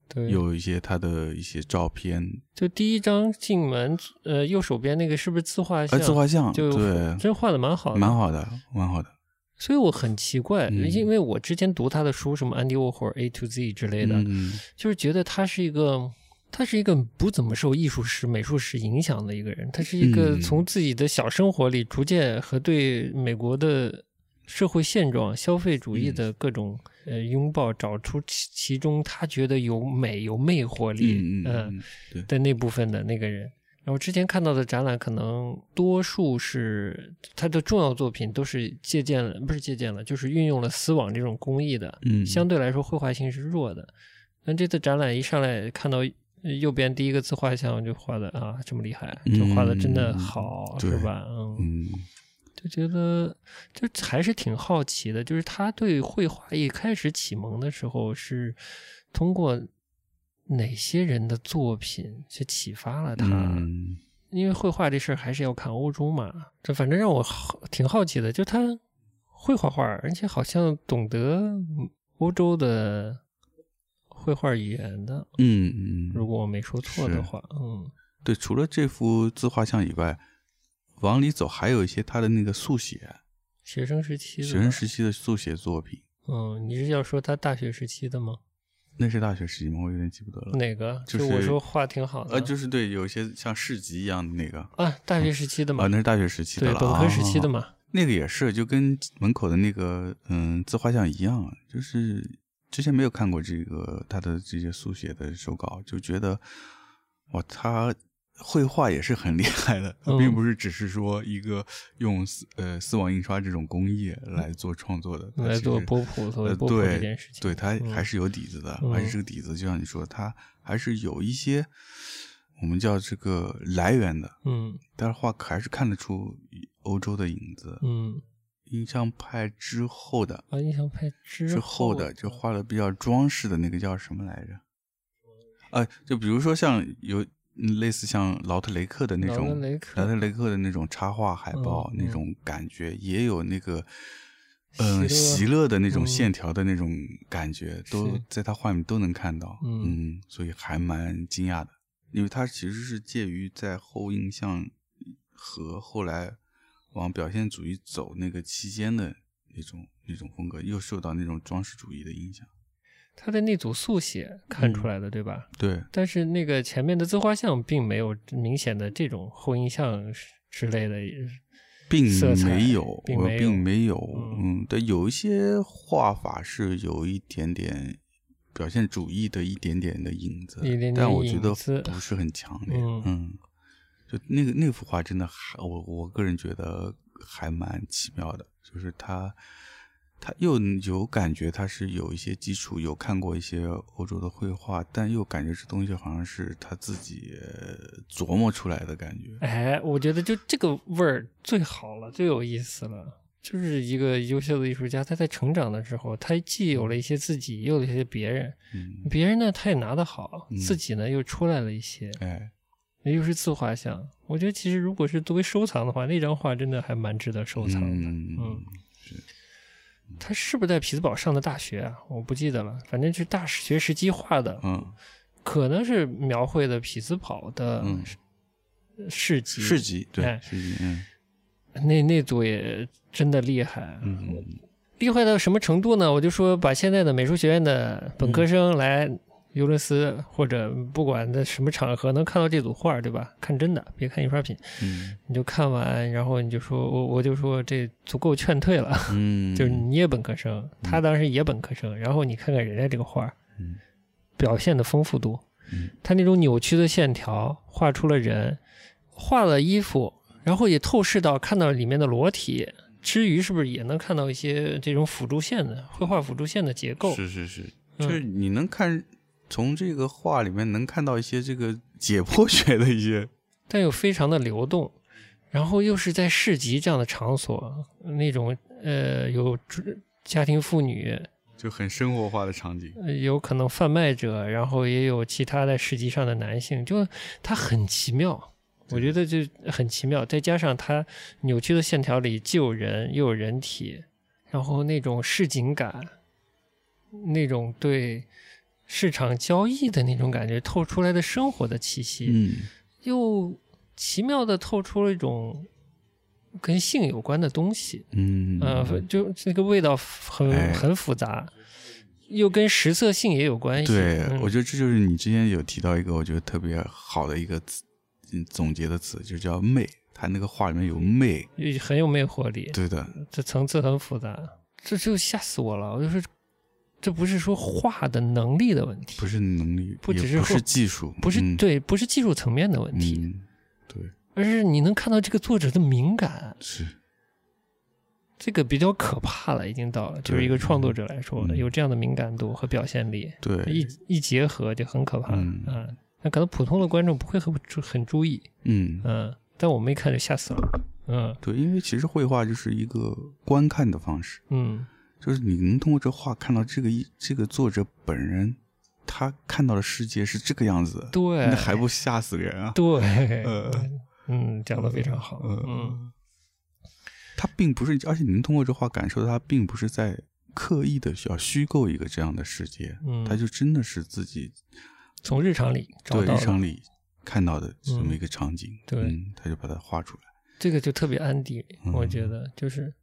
Speaker 2: 对，
Speaker 1: 有一些他的一些照片，
Speaker 2: 就第一张进门，呃，右手边那个是不是自画
Speaker 1: 哎，
Speaker 2: 像？
Speaker 1: 自画像，
Speaker 2: 就
Speaker 1: 对，
Speaker 2: 真画的蛮好的，
Speaker 1: 蛮好的，蛮好的。
Speaker 2: 所以我很奇怪，
Speaker 1: 嗯
Speaker 2: 因为我之前读他的书，什么安迪沃霍尔 A to Z 之类的，
Speaker 1: 嗯，
Speaker 2: 就是觉得他是一个，他是一个不怎么受艺术史、美术史影响的一个人，他是一个
Speaker 1: 嗯
Speaker 2: 从自己的小生活里逐渐和对美国的社会现状、消费主
Speaker 1: 嗯
Speaker 2: 义的各种、呃拥抱，找出其其中他觉得有美、有魅惑力，
Speaker 1: 嗯嗯
Speaker 2: 呃
Speaker 1: 嗯，对，
Speaker 2: 的那部分的那个人。然后之前看到的展览，可能多数是他的重要作品都是借鉴了，不是借鉴了，就是运用了丝网这种工艺的，
Speaker 1: 嗯，
Speaker 2: 相对来说绘画性是弱的。但这次展览一上来看到呃右边第一个自画像，就画的啊这么厉害，就画的真的
Speaker 1: 嗯
Speaker 2: 好，
Speaker 1: 对
Speaker 2: 是吧？嗯，
Speaker 1: 嗯
Speaker 2: 就觉得就还是挺好奇的，就是他对绘画一开始启蒙的时候是通过。哪些人的作品去启发了他？
Speaker 1: 嗯
Speaker 2: 因为绘画这事儿还是要看欧洲嘛，这反正让我好挺好奇的，就他会画画，而且好像懂得嗯欧洲的绘画语言的，
Speaker 1: 嗯嗯，
Speaker 2: 如果我没说错的话，嗯，
Speaker 1: 对，除了这幅自画像以外，往里走还有一些他的那个速写，
Speaker 2: 学生时期的，
Speaker 1: 学生，时期的速写作品。
Speaker 2: 嗯，你是要说他大学时期的吗？
Speaker 1: 那是大学时期吗？我有点记不得了。
Speaker 2: 哪个？
Speaker 1: 就是
Speaker 2: 我说画挺好的，
Speaker 1: 呃，就是对，有一些像市集一样的那个啊、
Speaker 2: 啊，大学时期的嘛，
Speaker 1: 那是大学时期的
Speaker 2: 对，
Speaker 1: 了，
Speaker 2: 本科时期的
Speaker 1: 啊、
Speaker 2: 嘛，
Speaker 1: 那个也是，就跟门口的那个嗯自画像一样，就是之前没有看过这个他的这些速写的手稿，就觉得哇，他绘画也是很厉害的，他
Speaker 2: 嗯
Speaker 1: 并不是只是说一个用丝呃丝网印刷这种工艺来做创作的，它
Speaker 2: 来
Speaker 1: 其
Speaker 2: 做
Speaker 1: 实
Speaker 2: 波普，所谓
Speaker 1: 呃，
Speaker 2: 波普这
Speaker 1: 对，
Speaker 2: 件事情，
Speaker 1: 对他
Speaker 2: 嗯
Speaker 1: 还是有底子的，
Speaker 2: 嗯
Speaker 1: 还是这个底子，就像你说，他还是有一些我们叫这个来源的，
Speaker 2: 嗯
Speaker 1: 但是画还是看得出欧洲的影子。
Speaker 2: 嗯，
Speaker 1: 印象派之后的
Speaker 2: 啊，印象派之
Speaker 1: 之后的，就画的比较装饰的那个叫什么来着？呃，就比如说像有嗯类似像劳特雷克的那
Speaker 2: 劳
Speaker 1: 种
Speaker 2: 德雷克
Speaker 1: 劳特雷克的那种插画海报、
Speaker 2: 嗯嗯
Speaker 1: 那种感觉，也有那个嗯
Speaker 2: 席
Speaker 1: 席
Speaker 2: 勒
Speaker 1: 勒的那种
Speaker 2: 嗯
Speaker 1: 线条的那种感觉，都
Speaker 2: 是
Speaker 1: 在他画里面都能看到。
Speaker 2: 嗯
Speaker 1: 嗯，所以还蛮惊讶的，因为他其实是介于在后印象和后来往表现主义走那个期间的那种那种风格，又受到那种装饰主义的影响。
Speaker 2: 他的那组速写看
Speaker 1: 嗯
Speaker 2: 出来的，对吧？
Speaker 1: 对，
Speaker 2: 但是那个前面的自画像并没有明显的这种后印象之类的，
Speaker 1: 并
Speaker 2: 色彩
Speaker 1: 没有，
Speaker 2: 并
Speaker 1: 我
Speaker 2: 没有
Speaker 1: 并没有，
Speaker 2: 嗯
Speaker 1: 嗯，对，有一些画法是有一点点表现主义的一点点的影子，
Speaker 2: 一点点
Speaker 1: 但我觉
Speaker 2: 影
Speaker 1: 得
Speaker 2: 子
Speaker 1: 不是很强烈，
Speaker 2: 嗯
Speaker 1: 嗯就那个那幅画真的还，我我个人觉得还蛮奇妙的，就是它。它又有感觉，它是有一些基础，有看过一些欧洲的绘画，但又感觉这东西好像是他自己呃琢磨出来的感觉。
Speaker 2: 哎，我觉得就这个味儿最好了，最有意思了。就是一个优秀的艺术家，他在成长的时候，他既有了一些自己，也有了一些别人。
Speaker 1: 嗯，
Speaker 2: 别人呢，他也拿得好，
Speaker 1: 嗯
Speaker 2: 自己呢又出来了一些，
Speaker 1: 哎，
Speaker 2: 又是自画像。我觉得其实如果是作为收藏的话，那张画真的还蛮值得收藏的。嗯
Speaker 1: 嗯，
Speaker 2: 他是不是在匹兹堡上的大学啊？我不记得了，反正是大学时期画的，
Speaker 1: 嗯，
Speaker 2: 可能是描绘的匹兹堡的
Speaker 1: 嗯
Speaker 2: 市集。
Speaker 1: 市集对
Speaker 2: 哎
Speaker 1: 市集，嗯
Speaker 2: 那那组也真的厉害，啊
Speaker 1: 嗯
Speaker 2: 厉害到什么程度呢？我就说，把现在的美术学院的本
Speaker 1: 嗯
Speaker 2: 科生来尤伦斯或者不管在什么场合能看到这组画，对吧？看真的，别看印刷品，
Speaker 1: 嗯
Speaker 2: 你就看完，然后你就说，我我就说这足够劝退了。
Speaker 1: 嗯，
Speaker 2: 就是你也本科生，他当时也本科生，然后你看看人家这个画儿，
Speaker 1: 嗯
Speaker 2: 表现的丰富度
Speaker 1: 嗯，
Speaker 2: 他那种扭曲的线条画出了人，画了衣服，然后也透视到看到里面的裸体，之余是不是也能看到一些这种辅助线的绘画辅助线的结构？
Speaker 1: 是是是，
Speaker 2: 嗯
Speaker 1: 就是你能看从这个画里面能看到一些这个解剖学的一些，
Speaker 2: 但又非常的流动，然后又是在市集这样的场所，那种呃有知家庭妇女，
Speaker 1: 就很生活化的场景。
Speaker 2: 呃有可能贩卖者，然后也有其他在市集上的男性，就他很奇妙，我觉得就很奇妙。再加上他扭曲的线条里既有人又有人体，然后那种市井感，那种对市场交易的那种感觉，透出来的生活的气息，
Speaker 1: 嗯
Speaker 2: 又奇妙的透出了一种跟性有关的东西。
Speaker 1: 嗯
Speaker 2: 呃，就这个味道很、
Speaker 1: 哎
Speaker 2: 很复杂，又跟食色性也有关系。
Speaker 1: 对，
Speaker 2: 嗯
Speaker 1: 我觉得这就是你之前有提到一个我觉得特别好的一个词，嗯总结的词，就叫媚。他那个话里面有媚，
Speaker 2: 也很有魅惑力，
Speaker 1: 对的，
Speaker 2: 这层次很复杂，这就吓死我了。我就是，这不是说画的能力的问题，
Speaker 1: 不是能力，
Speaker 2: 不
Speaker 1: 也
Speaker 2: 只是
Speaker 1: 不是
Speaker 2: 说
Speaker 1: 技术，
Speaker 2: 不是、
Speaker 1: 嗯
Speaker 2: 对，不是技术层面的问题，
Speaker 1: 嗯，对，
Speaker 2: 而是你能看到这个作者的敏感，
Speaker 1: 是，
Speaker 2: 这个比较可怕了，已经到了，
Speaker 1: 对
Speaker 2: 就是一个创作者来说，
Speaker 1: 嗯
Speaker 2: 有这样的敏感度和表现力，
Speaker 1: 对，
Speaker 2: 一一结合就很可怕了
Speaker 1: 嗯
Speaker 2: 啊。那可能普通的观众不会很注很注意，
Speaker 1: 嗯，
Speaker 2: 嗯，但我们一看就吓死了，嗯
Speaker 1: 对，因为其实绘画就是一个观看的方式，
Speaker 2: 嗯
Speaker 1: 就是你能通过这画看到这个一这个作者本人，他看到的世界是这个样子的，
Speaker 2: 对
Speaker 1: 那还不吓死人啊？
Speaker 2: 对，
Speaker 1: 呃
Speaker 2: 嗯，讲的非常好，
Speaker 1: 呃
Speaker 2: 嗯。
Speaker 1: 他并不是，而且你能通过这画感受到他并不是在刻意的需要虚构一个这样的世界，
Speaker 2: 嗯
Speaker 1: 他就真的是自己
Speaker 2: 从日常里找
Speaker 1: 对
Speaker 2: 到
Speaker 1: 日
Speaker 2: 了
Speaker 1: 常里看到的这么一个场景，
Speaker 2: 对
Speaker 1: 嗯，他就把它画出来，
Speaker 2: 这个就特别安迪，
Speaker 1: 嗯
Speaker 2: 我觉得就是，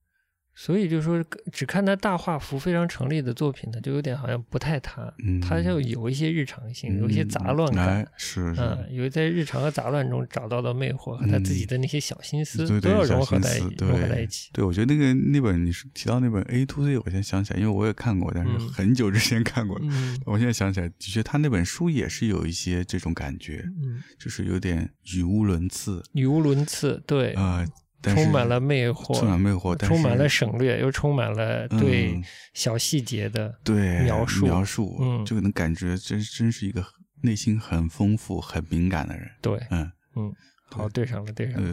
Speaker 2: 所以就说只看他大画幅非常成立的作品呢，就有点好像不太他，
Speaker 1: 嗯，
Speaker 2: 他要有一些日常性，有一些杂乱
Speaker 1: 嗯
Speaker 2: 感
Speaker 1: 哎，，是是，
Speaker 2: 嗯，有在日常和杂乱中找到的魅惑和他自己的那些小心思
Speaker 1: 嗯对
Speaker 2: 都
Speaker 1: 对，
Speaker 2: 要
Speaker 1: 小
Speaker 2: 融合
Speaker 1: 心
Speaker 2: 在一
Speaker 1: 思
Speaker 2: 起，
Speaker 1: 对
Speaker 2: 融合在一起。
Speaker 1: 对，我觉得那个那本你是提到那本 A to Z，我先想起来，因为我也看过，但是
Speaker 2: 嗯
Speaker 1: 很久之前看过的。
Speaker 2: 嗯
Speaker 1: 我现在想起来，的确，他那本书也是有一些这种感觉，
Speaker 2: 嗯，
Speaker 1: 就是有点语无伦次
Speaker 2: 语无伦次，对，
Speaker 1: 啊、呃但是
Speaker 2: 充满了魅惑，
Speaker 1: 充满魅惑，但是
Speaker 2: 充满了省略，又充满了对
Speaker 1: 嗯
Speaker 2: 小细节的
Speaker 1: 对
Speaker 2: 描述
Speaker 1: 描述，
Speaker 2: 嗯
Speaker 1: 就能感觉真真是一个内心很丰富、很敏感的人，
Speaker 2: 对，
Speaker 1: 嗯
Speaker 2: 嗯，好，对上了，对上了。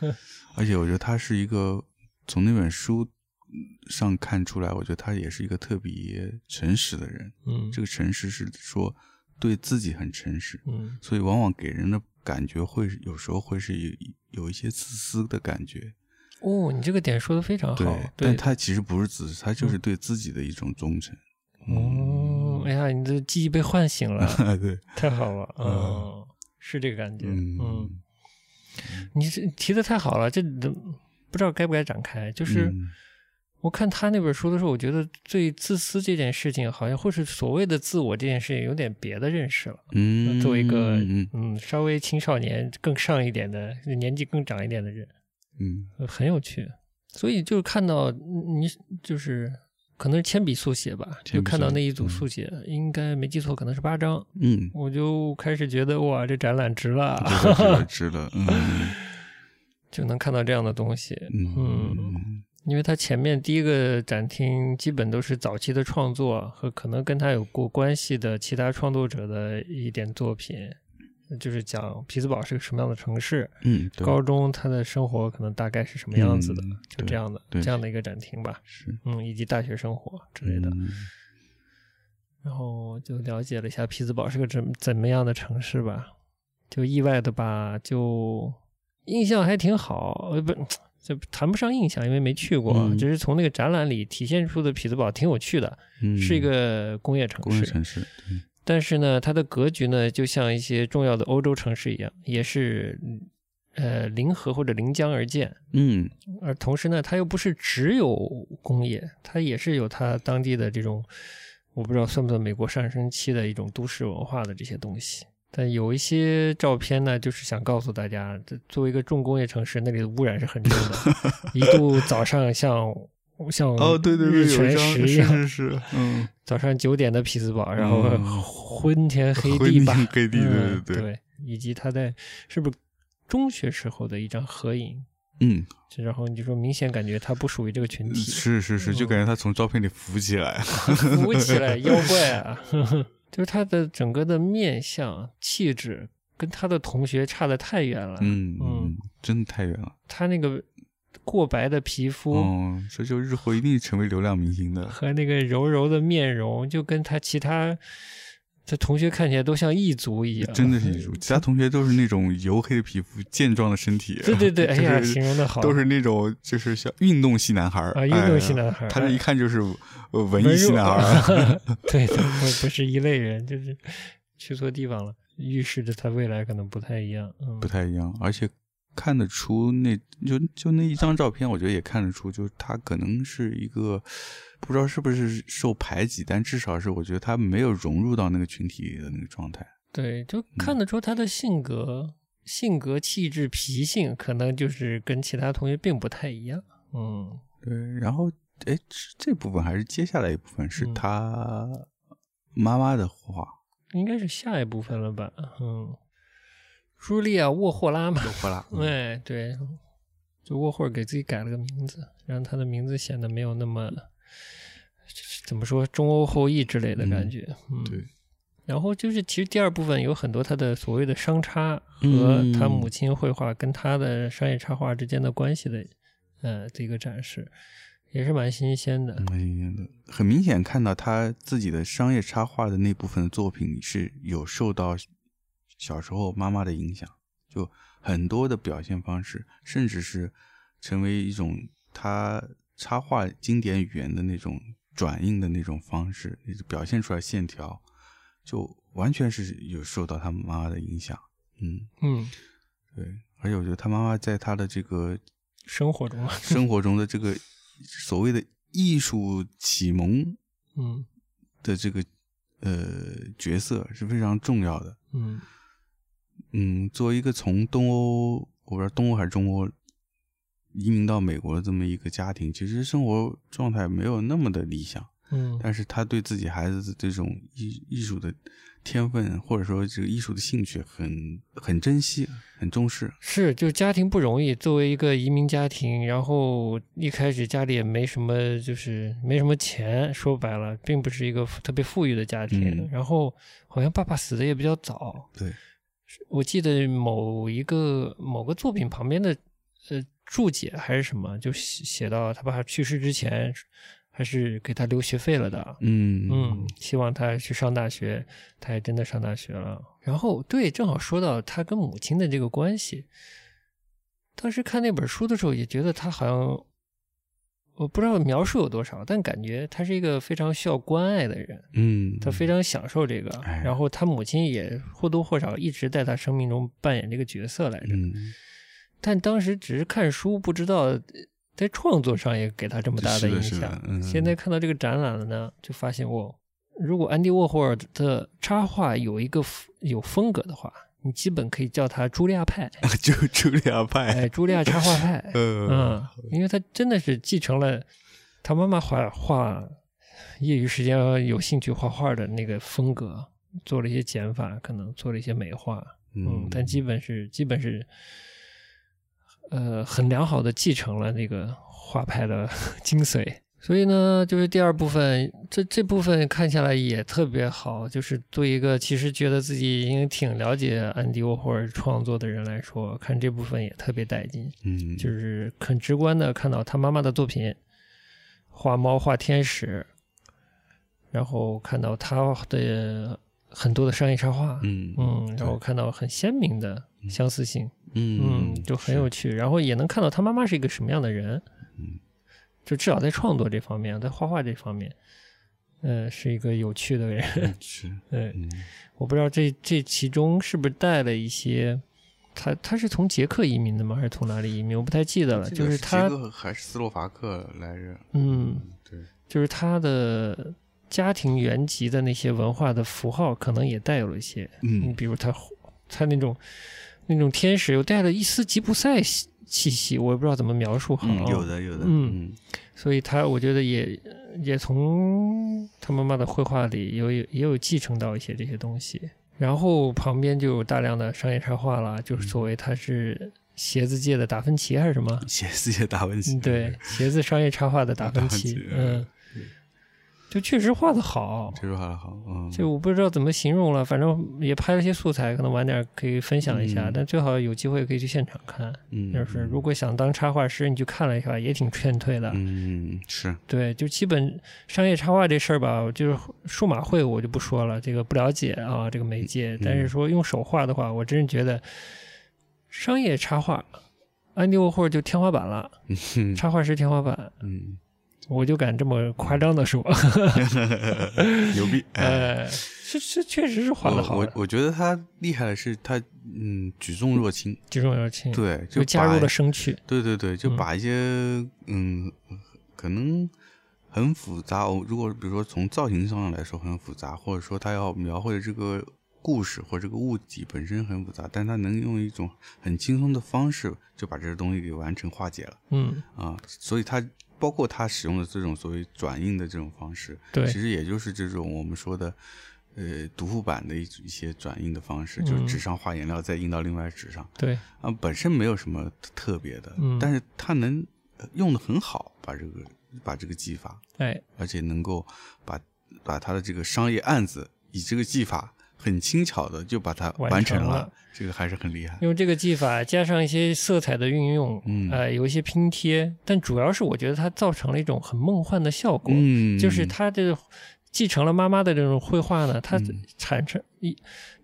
Speaker 1: 呃，而且我觉得他是一个从那本书上看出来，我觉得他也是一个特别诚实的人。
Speaker 2: 嗯，
Speaker 1: 这个诚实是说对自己很诚实，
Speaker 2: 嗯
Speaker 1: 所以往往给人的感觉会是有时候会是有有一些自私的感觉。
Speaker 2: 哦，你这个点说的非常好，对
Speaker 1: 但他其实不是自私，他就是对自己的一种忠诚。
Speaker 2: 哦，哎呀，你的记忆被唤醒了，
Speaker 1: 嗯，对，
Speaker 2: 太好了，
Speaker 1: 嗯
Speaker 2: 嗯，是这个感觉，嗯，
Speaker 1: 嗯，
Speaker 2: 你这提的太好了，这能不知道该不该展开，就是。
Speaker 1: 嗯
Speaker 2: 我看他那本书的时候，我觉得对自私这件事情，好像或是所谓的自我这件事情，有点别的认识了。
Speaker 1: 嗯，
Speaker 2: 作为一个
Speaker 1: 嗯
Speaker 2: 嗯，稍微青少年更上一点的，年纪更长一点的人，
Speaker 1: 嗯
Speaker 2: 呃很有趣。所以就是看到嗯你就是可能是铅笔速写吧，
Speaker 1: 铅笔
Speaker 2: 就看到
Speaker 1: 速写
Speaker 2: 那一组
Speaker 1: 嗯
Speaker 2: 速写，应该没记错，可能是八张，
Speaker 1: 嗯，
Speaker 2: 我就开始觉得哇，这展览值了，
Speaker 1: 这个值嗯了，值了，
Speaker 2: 就能看到这样的东西。
Speaker 1: 嗯嗯
Speaker 2: 因为它前面第一个展厅基本都是早期的创作和可能跟他有过关系的其他创作者的一点作品。就是讲匹兹堡是个什么样的城市，
Speaker 1: 嗯，对
Speaker 2: 高中他的生活可能大概是什么样子的，
Speaker 1: 嗯
Speaker 2: 就这样的
Speaker 1: 对对
Speaker 2: 这样的一个展厅吧。
Speaker 1: 是
Speaker 2: 嗯，以及大学生活之类的。
Speaker 1: 嗯
Speaker 2: 然后就了解了一下匹兹堡是个怎怎么样的城市吧，就意外的吧，就印象还挺好，呃，不，这谈不上印象，因为没去过，
Speaker 1: 嗯
Speaker 2: 只是从那个展览里体现出的匹兹堡挺有趣的，
Speaker 1: 嗯
Speaker 2: 是一个工业城
Speaker 1: 工业
Speaker 2: 市，
Speaker 1: 城市，对
Speaker 2: 但是呢，它的格局呢，就像一些重要的欧洲城市一样，也是呃临河或者临江而建，
Speaker 1: 嗯
Speaker 2: 而同时呢，它又不是只有工业，它也是有它当地的这种，我不知道算不算美国上升期的一种都市文化的这些东西。但有一些照片呢，就是想告诉大家，这作为一个重工业城市，那里的污染是很重 的，一度早上像像
Speaker 1: 哦，对对
Speaker 2: 日
Speaker 1: 对，有一
Speaker 2: 全
Speaker 1: 张
Speaker 2: 食一
Speaker 1: 是
Speaker 2: 样，
Speaker 1: 是是， 嗯，
Speaker 2: 早上九点的匹兹堡，然后
Speaker 1: 嗯
Speaker 2: 昏天黑
Speaker 1: 昏
Speaker 2: 地吧，
Speaker 1: 天黑地对
Speaker 2: 嗯
Speaker 1: 对对
Speaker 2: 以及他在是不是中学时候的一张合影，
Speaker 1: 嗯，
Speaker 2: 就然后你就说明显感觉他不属于这个群体，
Speaker 1: 是是是，就感觉他从照片里浮起来。
Speaker 2: 扶起 来妖怪啊， 就是他的整个的面相气质跟他的同学差的太远了，
Speaker 1: 嗯
Speaker 2: 嗯
Speaker 1: 嗯，真的太远了。
Speaker 2: 他那个过白的皮肤。
Speaker 1: 哦，所以就日后一定成为流量明星的。
Speaker 2: 和那个柔柔的面容，就跟他其他这同学看起来都像异族一样，
Speaker 1: 真的是艺术。其他同学都是那种黝黑的皮肤、健壮的身体，
Speaker 2: 对对对，哎 呀，
Speaker 1: 就是
Speaker 2: 形容的好，
Speaker 1: 都是那种就是像运动系男孩儿
Speaker 2: 啊，运动系
Speaker 1: 哎
Speaker 2: 男孩儿，啊
Speaker 1: 他这一看就是呃文
Speaker 2: 文
Speaker 1: 艺系
Speaker 2: 弱
Speaker 1: 男孩 儿。
Speaker 2: 啊对的，不不是一类人，就是去错地方了，预示着他未来可能不太一样。嗯
Speaker 1: 不，太一样，而且看得出那就就那一张照片，我觉得也看得出，就是他可能是一个不知道是不是受排挤，但至少是我觉得他没有融入到那个群体里的那个状态。
Speaker 2: 对，就看得出他的性格、性格、气质、脾性，可能就是跟其他同学并不太一样。嗯，
Speaker 1: 对，然后哎，这这部分还是接下来一部分是
Speaker 2: 嗯
Speaker 1: 他妈妈的话，
Speaker 2: 应该是下一部分了吧？嗯，茱莉亚·沃霍拉嘛，
Speaker 1: 霍拉
Speaker 2: 哎，对，就沃霍尔给自己改了个名字，让他的名字显得没有那么就是怎么说中欧后裔之类的感觉。嗯，
Speaker 1: 对。
Speaker 2: 然后就是，其实第二部分有很多他的所谓的商差和
Speaker 1: 嗯
Speaker 2: 他母亲绘画跟他的商业插画之间的关系的，呃，这个展示也是蛮新鲜的。
Speaker 1: 嗯，很明显看到他自己的商业插画的那部分作品是有受到小时候妈妈的影响，就很多的表现方式，甚至是成为一种他插画经典语言的那种转印的那种方式，表现出来线条，就完全是有受到他妈妈的影响。嗯，
Speaker 2: 嗯，
Speaker 1: 对，而且我觉得他妈妈在他的这个
Speaker 2: 生活中嘛，
Speaker 1: 生活中的这个所谓的艺术启蒙
Speaker 2: 嗯
Speaker 1: 的这个呃角色是非常重要的。
Speaker 2: 嗯
Speaker 1: 嗯，作为一个从东欧，我不知道东欧还是中欧移民到美国的这么一个家庭，其实生活状态没有那么的理想，
Speaker 2: 嗯
Speaker 1: 但是他对自己孩子的这种艺艺术的天分，或者说这个艺术的兴趣很很珍惜，很重视。
Speaker 2: 是，就家庭不容易。作为一个移民家庭，然后一开始家里也没什么，就是没什么钱。说白了，并不是一个富特别富裕的家庭。
Speaker 1: 嗯
Speaker 2: 然后好像爸爸死的也比较早。
Speaker 1: 对，
Speaker 2: 我记得某一个某个作品旁边的呃注解还是什么，就写写到他爸去世之前，还是给他留学费了的。
Speaker 1: 嗯
Speaker 2: 嗯，希望他去上大学，他也真的上大学了。然后对，正好说到他跟母亲的这个关系，当时看那本书的时候也觉得他好像，我不知道描述有多少，但感觉他是一个非常需要关爱的人，
Speaker 1: 嗯，
Speaker 2: 他非常享受这个。
Speaker 1: 哎
Speaker 2: 然后他母亲也或多或少一直在他生命中扮演这个角色来着。
Speaker 1: 嗯，
Speaker 2: 但当时只是看书，不知道呃在创作上也给他这么大
Speaker 1: 是的
Speaker 2: 影
Speaker 1: 是的
Speaker 2: 响。
Speaker 1: 嗯
Speaker 2: 现在看到这个展览了呢，就发现哦，如果安迪沃霍尔的插画有一个 f- 有风格的话，你基本可以叫它茱莉 亚派，
Speaker 1: 就茱莉亚派，，
Speaker 2: 哎，茱莉亚插画派
Speaker 1: 呃，
Speaker 2: 嗯，因为他真的是继承了他妈妈画画，业余时间有兴趣画画的那个风格，做了一些减法，可能做了一些美化，嗯，但基本是基本是，呃，很良好的继承了那个画派的 精髓。所以呢，就是第二部分，这这部分看下来也特别好，就是对一个其实觉得自己已经挺了解安迪沃霍尔创作的人来说，看这部分也特别带劲，
Speaker 1: 嗯，
Speaker 2: 就是很直观的看到他妈妈的作品，画猫画天使，然后看到他的很多的商业插画，
Speaker 1: 嗯
Speaker 2: 嗯，然后看到很鲜明的相似性，
Speaker 1: 嗯
Speaker 2: 嗯，就很有趣。然后也能看到他妈妈是一个什么样的人，啊
Speaker 1: 嗯，
Speaker 2: 就至少在创作这方面，在画画这方面，呃，是一个有趣的人。
Speaker 1: 是，
Speaker 2: 对，
Speaker 1: 嗯
Speaker 2: 我不知道这这其中是不是带了一些，他他是从捷克移民的吗？还是从哪里移民？我不太记得了。
Speaker 1: 这
Speaker 2: 就
Speaker 1: 个
Speaker 2: 是
Speaker 1: 捷
Speaker 2: 他，
Speaker 1: 克还是斯洛伐克来着？
Speaker 2: 嗯，
Speaker 1: 对，
Speaker 2: 就是他的家庭原籍的那些文化的符号，可能也带有了一些。你
Speaker 1: 嗯
Speaker 2: 比如他他那种那种天使，又带了一丝吉普赛气气息，我也不知道怎么描述好。
Speaker 1: 嗯，有，的有的，
Speaker 2: 嗯所以他我觉得也也从他妈妈的绘画里有也有继承到一些这些东西。然后旁边就有大量的商业插画啦，
Speaker 1: 嗯
Speaker 2: 就是所谓他是鞋子界的达芬奇还是什么？
Speaker 1: 嗯，写世界达文西，
Speaker 2: 嗯，对，鞋子商业插画的达芬奇，
Speaker 1: 达芬奇
Speaker 2: 嗯
Speaker 1: 嗯，
Speaker 2: 就确实画的好。
Speaker 1: 这说还好，嗯，
Speaker 2: 这我不知道怎么形容了，反正也拍了些素材，可能晚点可以分享一下。
Speaker 1: 嗯
Speaker 2: 但最好有机会可以去现场看。
Speaker 1: 嗯
Speaker 2: 就是如果想当插画师，你去看了一下，也挺劝退的。
Speaker 1: 嗯是
Speaker 2: 对，就基本商业插画这事儿吧，就是数码绘我就不说了，这个不了解啊，这个媒
Speaker 1: 嗯
Speaker 2: 介。但是说用手画的话，我真是觉得商业插画，安迪沃霍尔就天花板了，
Speaker 1: 嗯
Speaker 2: 插画师天花板，
Speaker 1: 嗯，
Speaker 2: 我就敢这么夸张的说，
Speaker 1: 牛逼，哎。
Speaker 2: 呃，是是确实是画的好
Speaker 1: 我我
Speaker 2: 的，
Speaker 1: 我觉得他厉害的是他嗯举重若轻，
Speaker 2: 举重有轻，
Speaker 1: 对，就
Speaker 2: 就加入
Speaker 1: 把
Speaker 2: 了生趣，
Speaker 1: 对对对，就
Speaker 2: 嗯
Speaker 1: 把一些嗯可能很复杂，哦如果比如说从造型上来说很复杂，或者说他要描绘的这个故事或者这个物体本身很复杂，但他能用一种很轻松的方式就把这个东西给完成化解了
Speaker 2: 嗯，
Speaker 1: 啊、所以他包括他使用的这种所谓转印的这种方式，
Speaker 2: 对
Speaker 1: 其实也就是这种我们说的。呃，读副版的一一些转印的方式，
Speaker 2: 嗯
Speaker 1: 就是纸上画颜料，再印到另外纸上。
Speaker 2: 对，
Speaker 1: 啊，本身没有什么特特别的，
Speaker 2: 嗯
Speaker 1: 但是他能呃用的很好，把这个把这个技法，
Speaker 2: 哎，
Speaker 1: 而且能够把把他的这个商业案子以这个技法很轻巧的就把它
Speaker 2: 完
Speaker 1: 完
Speaker 2: 成
Speaker 1: 成
Speaker 2: 了
Speaker 1: 这个还是很厉害。
Speaker 2: 用这个技法加上一些色彩的运用，
Speaker 1: 嗯
Speaker 2: 呃，有一些拼贴，但主要是我觉得它造成了一种很梦幻的效果，
Speaker 1: 嗯，
Speaker 2: 就是他这个继承了妈妈的这种绘画呢，它
Speaker 1: 嗯
Speaker 2: 产生一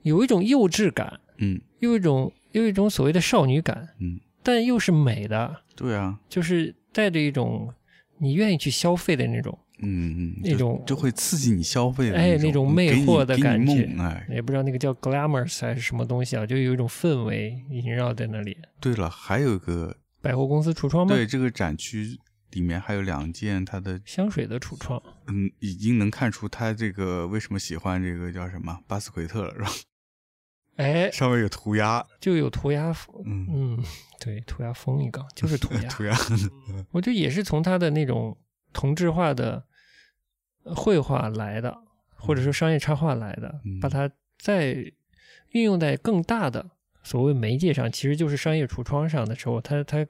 Speaker 2: 有一种幼稚感，
Speaker 1: 嗯
Speaker 2: 又一种又一种所谓的少女感，
Speaker 1: 嗯，
Speaker 2: 但又是美的，
Speaker 1: 对啊，
Speaker 2: 就是带着一种你愿意去消费的那种，
Speaker 1: 嗯嗯，
Speaker 2: 那
Speaker 1: 就
Speaker 2: 种
Speaker 1: 就会刺激你消费的
Speaker 2: 哎
Speaker 1: 那
Speaker 2: 那种
Speaker 1: 种
Speaker 2: 魅
Speaker 1: 给你
Speaker 2: 惑的
Speaker 1: 给你
Speaker 2: 感觉
Speaker 1: 梦哎，
Speaker 2: 也不知道那个叫 glamorous 还是什么东西啊，就有一种氛围萦绕在那里。
Speaker 1: 对了，还有一个
Speaker 2: 百货公司橱窗吗？
Speaker 1: 对这个展区里面还有两件它的
Speaker 2: 香水的橱窗，
Speaker 1: 嗯，已经能看出他这个为什么喜欢这个叫什么巴斯奎特 了，然后
Speaker 2: 哎，
Speaker 1: 上面有涂鸦，
Speaker 2: 就有涂鸦，
Speaker 1: 嗯，
Speaker 2: 嗯，对，涂鸦风一杠就 是涂鸦，
Speaker 1: 涂鸦，
Speaker 2: 我觉得也是从他的那种同质化的呃绘画来的，或者说商业插画来的，
Speaker 1: 嗯
Speaker 2: 把它再运用在更大的所谓媒介上，其实就是商业橱窗上的时候，它它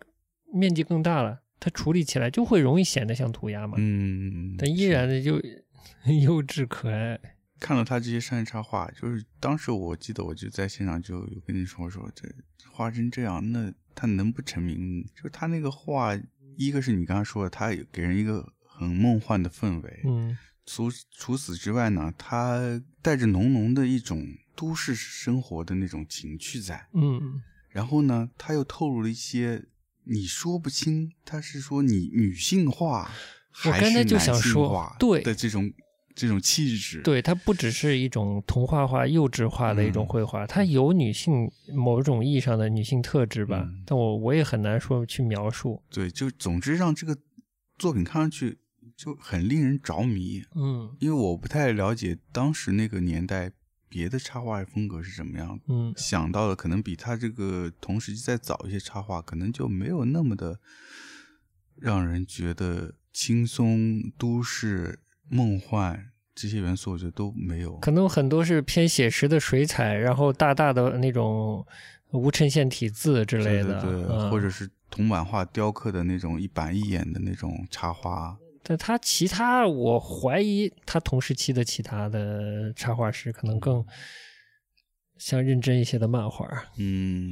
Speaker 2: 面积更大了，它处理起来就会容易显得像涂鸦嘛，
Speaker 1: 嗯，
Speaker 2: 但依然的就 幼稚可爱。
Speaker 1: 看了他这些商业插画，就是当时我记得我就在现场就有跟你说说，这画成这样，那他能不成名？就是他那个画，一个是你刚刚说的，他给人一个很梦幻的氛围，
Speaker 2: 嗯，
Speaker 1: 除除此之外呢，他带着浓浓的一种都市生活的那种情趣在。
Speaker 2: 嗯，
Speaker 1: 然后呢，他又透露了一些你说不清，他是说你女性化
Speaker 2: 我
Speaker 1: 还
Speaker 2: 刚才
Speaker 1: 是
Speaker 2: 就
Speaker 1: 男
Speaker 2: 想
Speaker 1: 性化
Speaker 2: 说对
Speaker 1: 的这种这种气质，，
Speaker 2: 对，它不只是一种童话化、幼稚化的一种
Speaker 1: 嗯
Speaker 2: 绘画，它有女性某种意义上的女性特质吧，
Speaker 1: 嗯
Speaker 2: 但我我也很难说去描述。
Speaker 1: 对，就总之让这个作品看上去就很令人着迷，
Speaker 2: 嗯
Speaker 1: 因为我不太了解当时那个年代别的插画风格是怎么样的。
Speaker 2: 嗯，
Speaker 1: 想到的可能比他这个同时期再早一些插画，可能就没有那么的让人觉得轻松、都市、梦幻这些元素，我觉得都没有。
Speaker 2: 可能很多是偏写实的水彩，然后大大的那种无衬线体字之
Speaker 1: 对
Speaker 2: 类的，
Speaker 1: 对对，
Speaker 2: 嗯
Speaker 1: 或者是铜版画雕刻的那种一板一眼的那种插画，
Speaker 2: 但他其他，我怀疑他同时期的其他的插画师可能更像认真一些的漫画。
Speaker 1: 嗯，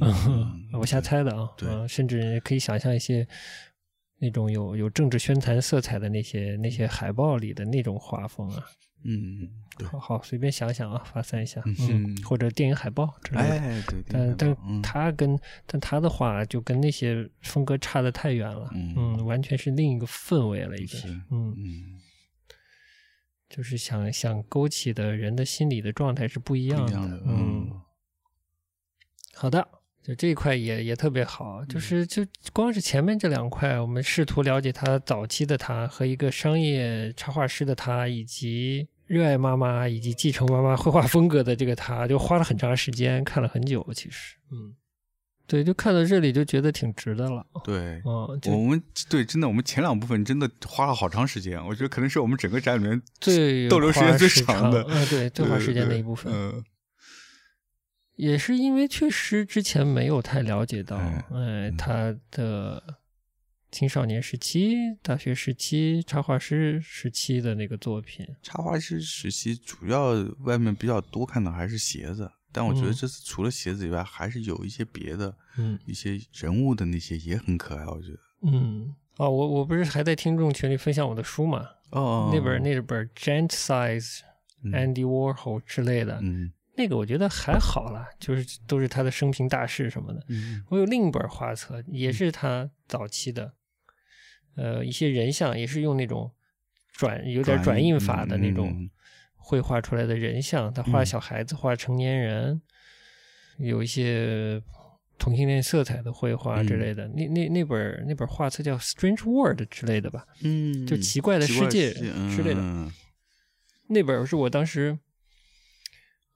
Speaker 2: 我瞎猜的啊，
Speaker 1: 对
Speaker 2: 嗯甚至可以想象一些那种有有政治宣传色彩的那些那些海报里的那种画风啊。
Speaker 1: 嗯，嗯对，
Speaker 2: 好好，随便想想啊，发散一下，
Speaker 1: 嗯
Speaker 2: 嗯，或者电影海报之类的。
Speaker 1: 哎，对，对
Speaker 2: 但但他跟但他的话就跟那些风格差的太远了，
Speaker 1: 嗯
Speaker 2: 嗯，完全是另一个氛围了，已经
Speaker 1: 是，
Speaker 2: 嗯，
Speaker 1: 嗯，
Speaker 2: 就是想想勾起的人的心理的状态是不一
Speaker 1: 不
Speaker 2: 样
Speaker 1: 一
Speaker 2: 的，
Speaker 1: 样的，
Speaker 2: 嗯，好的，就这一块也也特别好，
Speaker 1: 嗯
Speaker 2: 就是就光是前面这两块，我们试图了解他早期的他和一个商业插画师的他，以及热爱妈妈以及继承妈妈绘画风格的这个他，就花了很长时间，看了很久，其实，嗯，对，就看到这里就觉得挺值得了，
Speaker 1: 对。
Speaker 2: 嗯，
Speaker 1: 我
Speaker 2: 就
Speaker 1: 们对真的，我们前两部分真的花了好长时间，我觉得可能是我们整个展里面
Speaker 2: 最
Speaker 1: 逗留时间最
Speaker 2: 花
Speaker 1: 长的
Speaker 2: 嗯， 对，最花时间的一部分，
Speaker 1: 嗯，
Speaker 2: 也是因为确实之前没有太了解到，
Speaker 1: 哎
Speaker 2: 哎哎，他的青少年时期、大学时期、插画师时期的那个作品。
Speaker 1: 插画师时期主要外面比较多看到还是鞋子，但我觉得
Speaker 2: 嗯
Speaker 1: 这次除了鞋子以外，还是有一些别的
Speaker 2: 嗯
Speaker 1: 一些人物的那些也很可爱，我觉得。
Speaker 2: 嗯，啊，我我不是还在听众群里分享我的书嘛？
Speaker 1: 哦，
Speaker 2: 那本那本 Giant Size
Speaker 1: 嗯
Speaker 2: Andy Warhol 之类的，
Speaker 1: 嗯
Speaker 2: 那个我觉得还好啦，就是都是他的生平大事什么的。
Speaker 1: 嗯
Speaker 2: 我有另一本画册，也是他早期的，呃，一些人像也是用那种转有点转印法的
Speaker 1: 嗯
Speaker 2: 那
Speaker 1: 嗯嗯
Speaker 2: 种绘画出来的人像，他画
Speaker 1: 嗯
Speaker 2: 小孩子，画成年人，有一些同性恋色彩的绘画之
Speaker 1: 嗯
Speaker 2: 类的。那那那本那本画册叫《Strange World》之类的吧，
Speaker 1: 嗯，
Speaker 2: 就奇怪的
Speaker 1: 奇
Speaker 2: 世
Speaker 1: 怪
Speaker 2: 界之
Speaker 1: 之
Speaker 2: 类的。
Speaker 1: 的。
Speaker 2: 那本儿是我当时，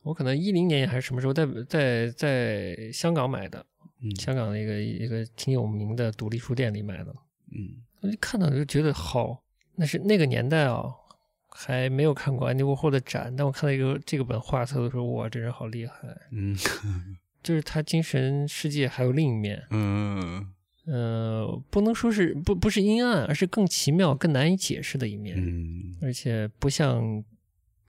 Speaker 2: 我可能一零年还是什么时候在在在香港买的，
Speaker 1: 嗯
Speaker 2: 香港的一个一个挺有名的独立书店里买的，
Speaker 1: 嗯
Speaker 2: 我就看到就觉得好，那是那个年代啊、还没有看过安迪沃霍的展，但我看到一个这个本画册的时候，哇，这人好厉害！
Speaker 1: 嗯
Speaker 2: 就是他精神世界还有另一面，
Speaker 1: 嗯
Speaker 2: 呃，不能说是不不是阴暗，而是更奇妙、更难以解释的 一面。
Speaker 1: 嗯，
Speaker 2: 而且不像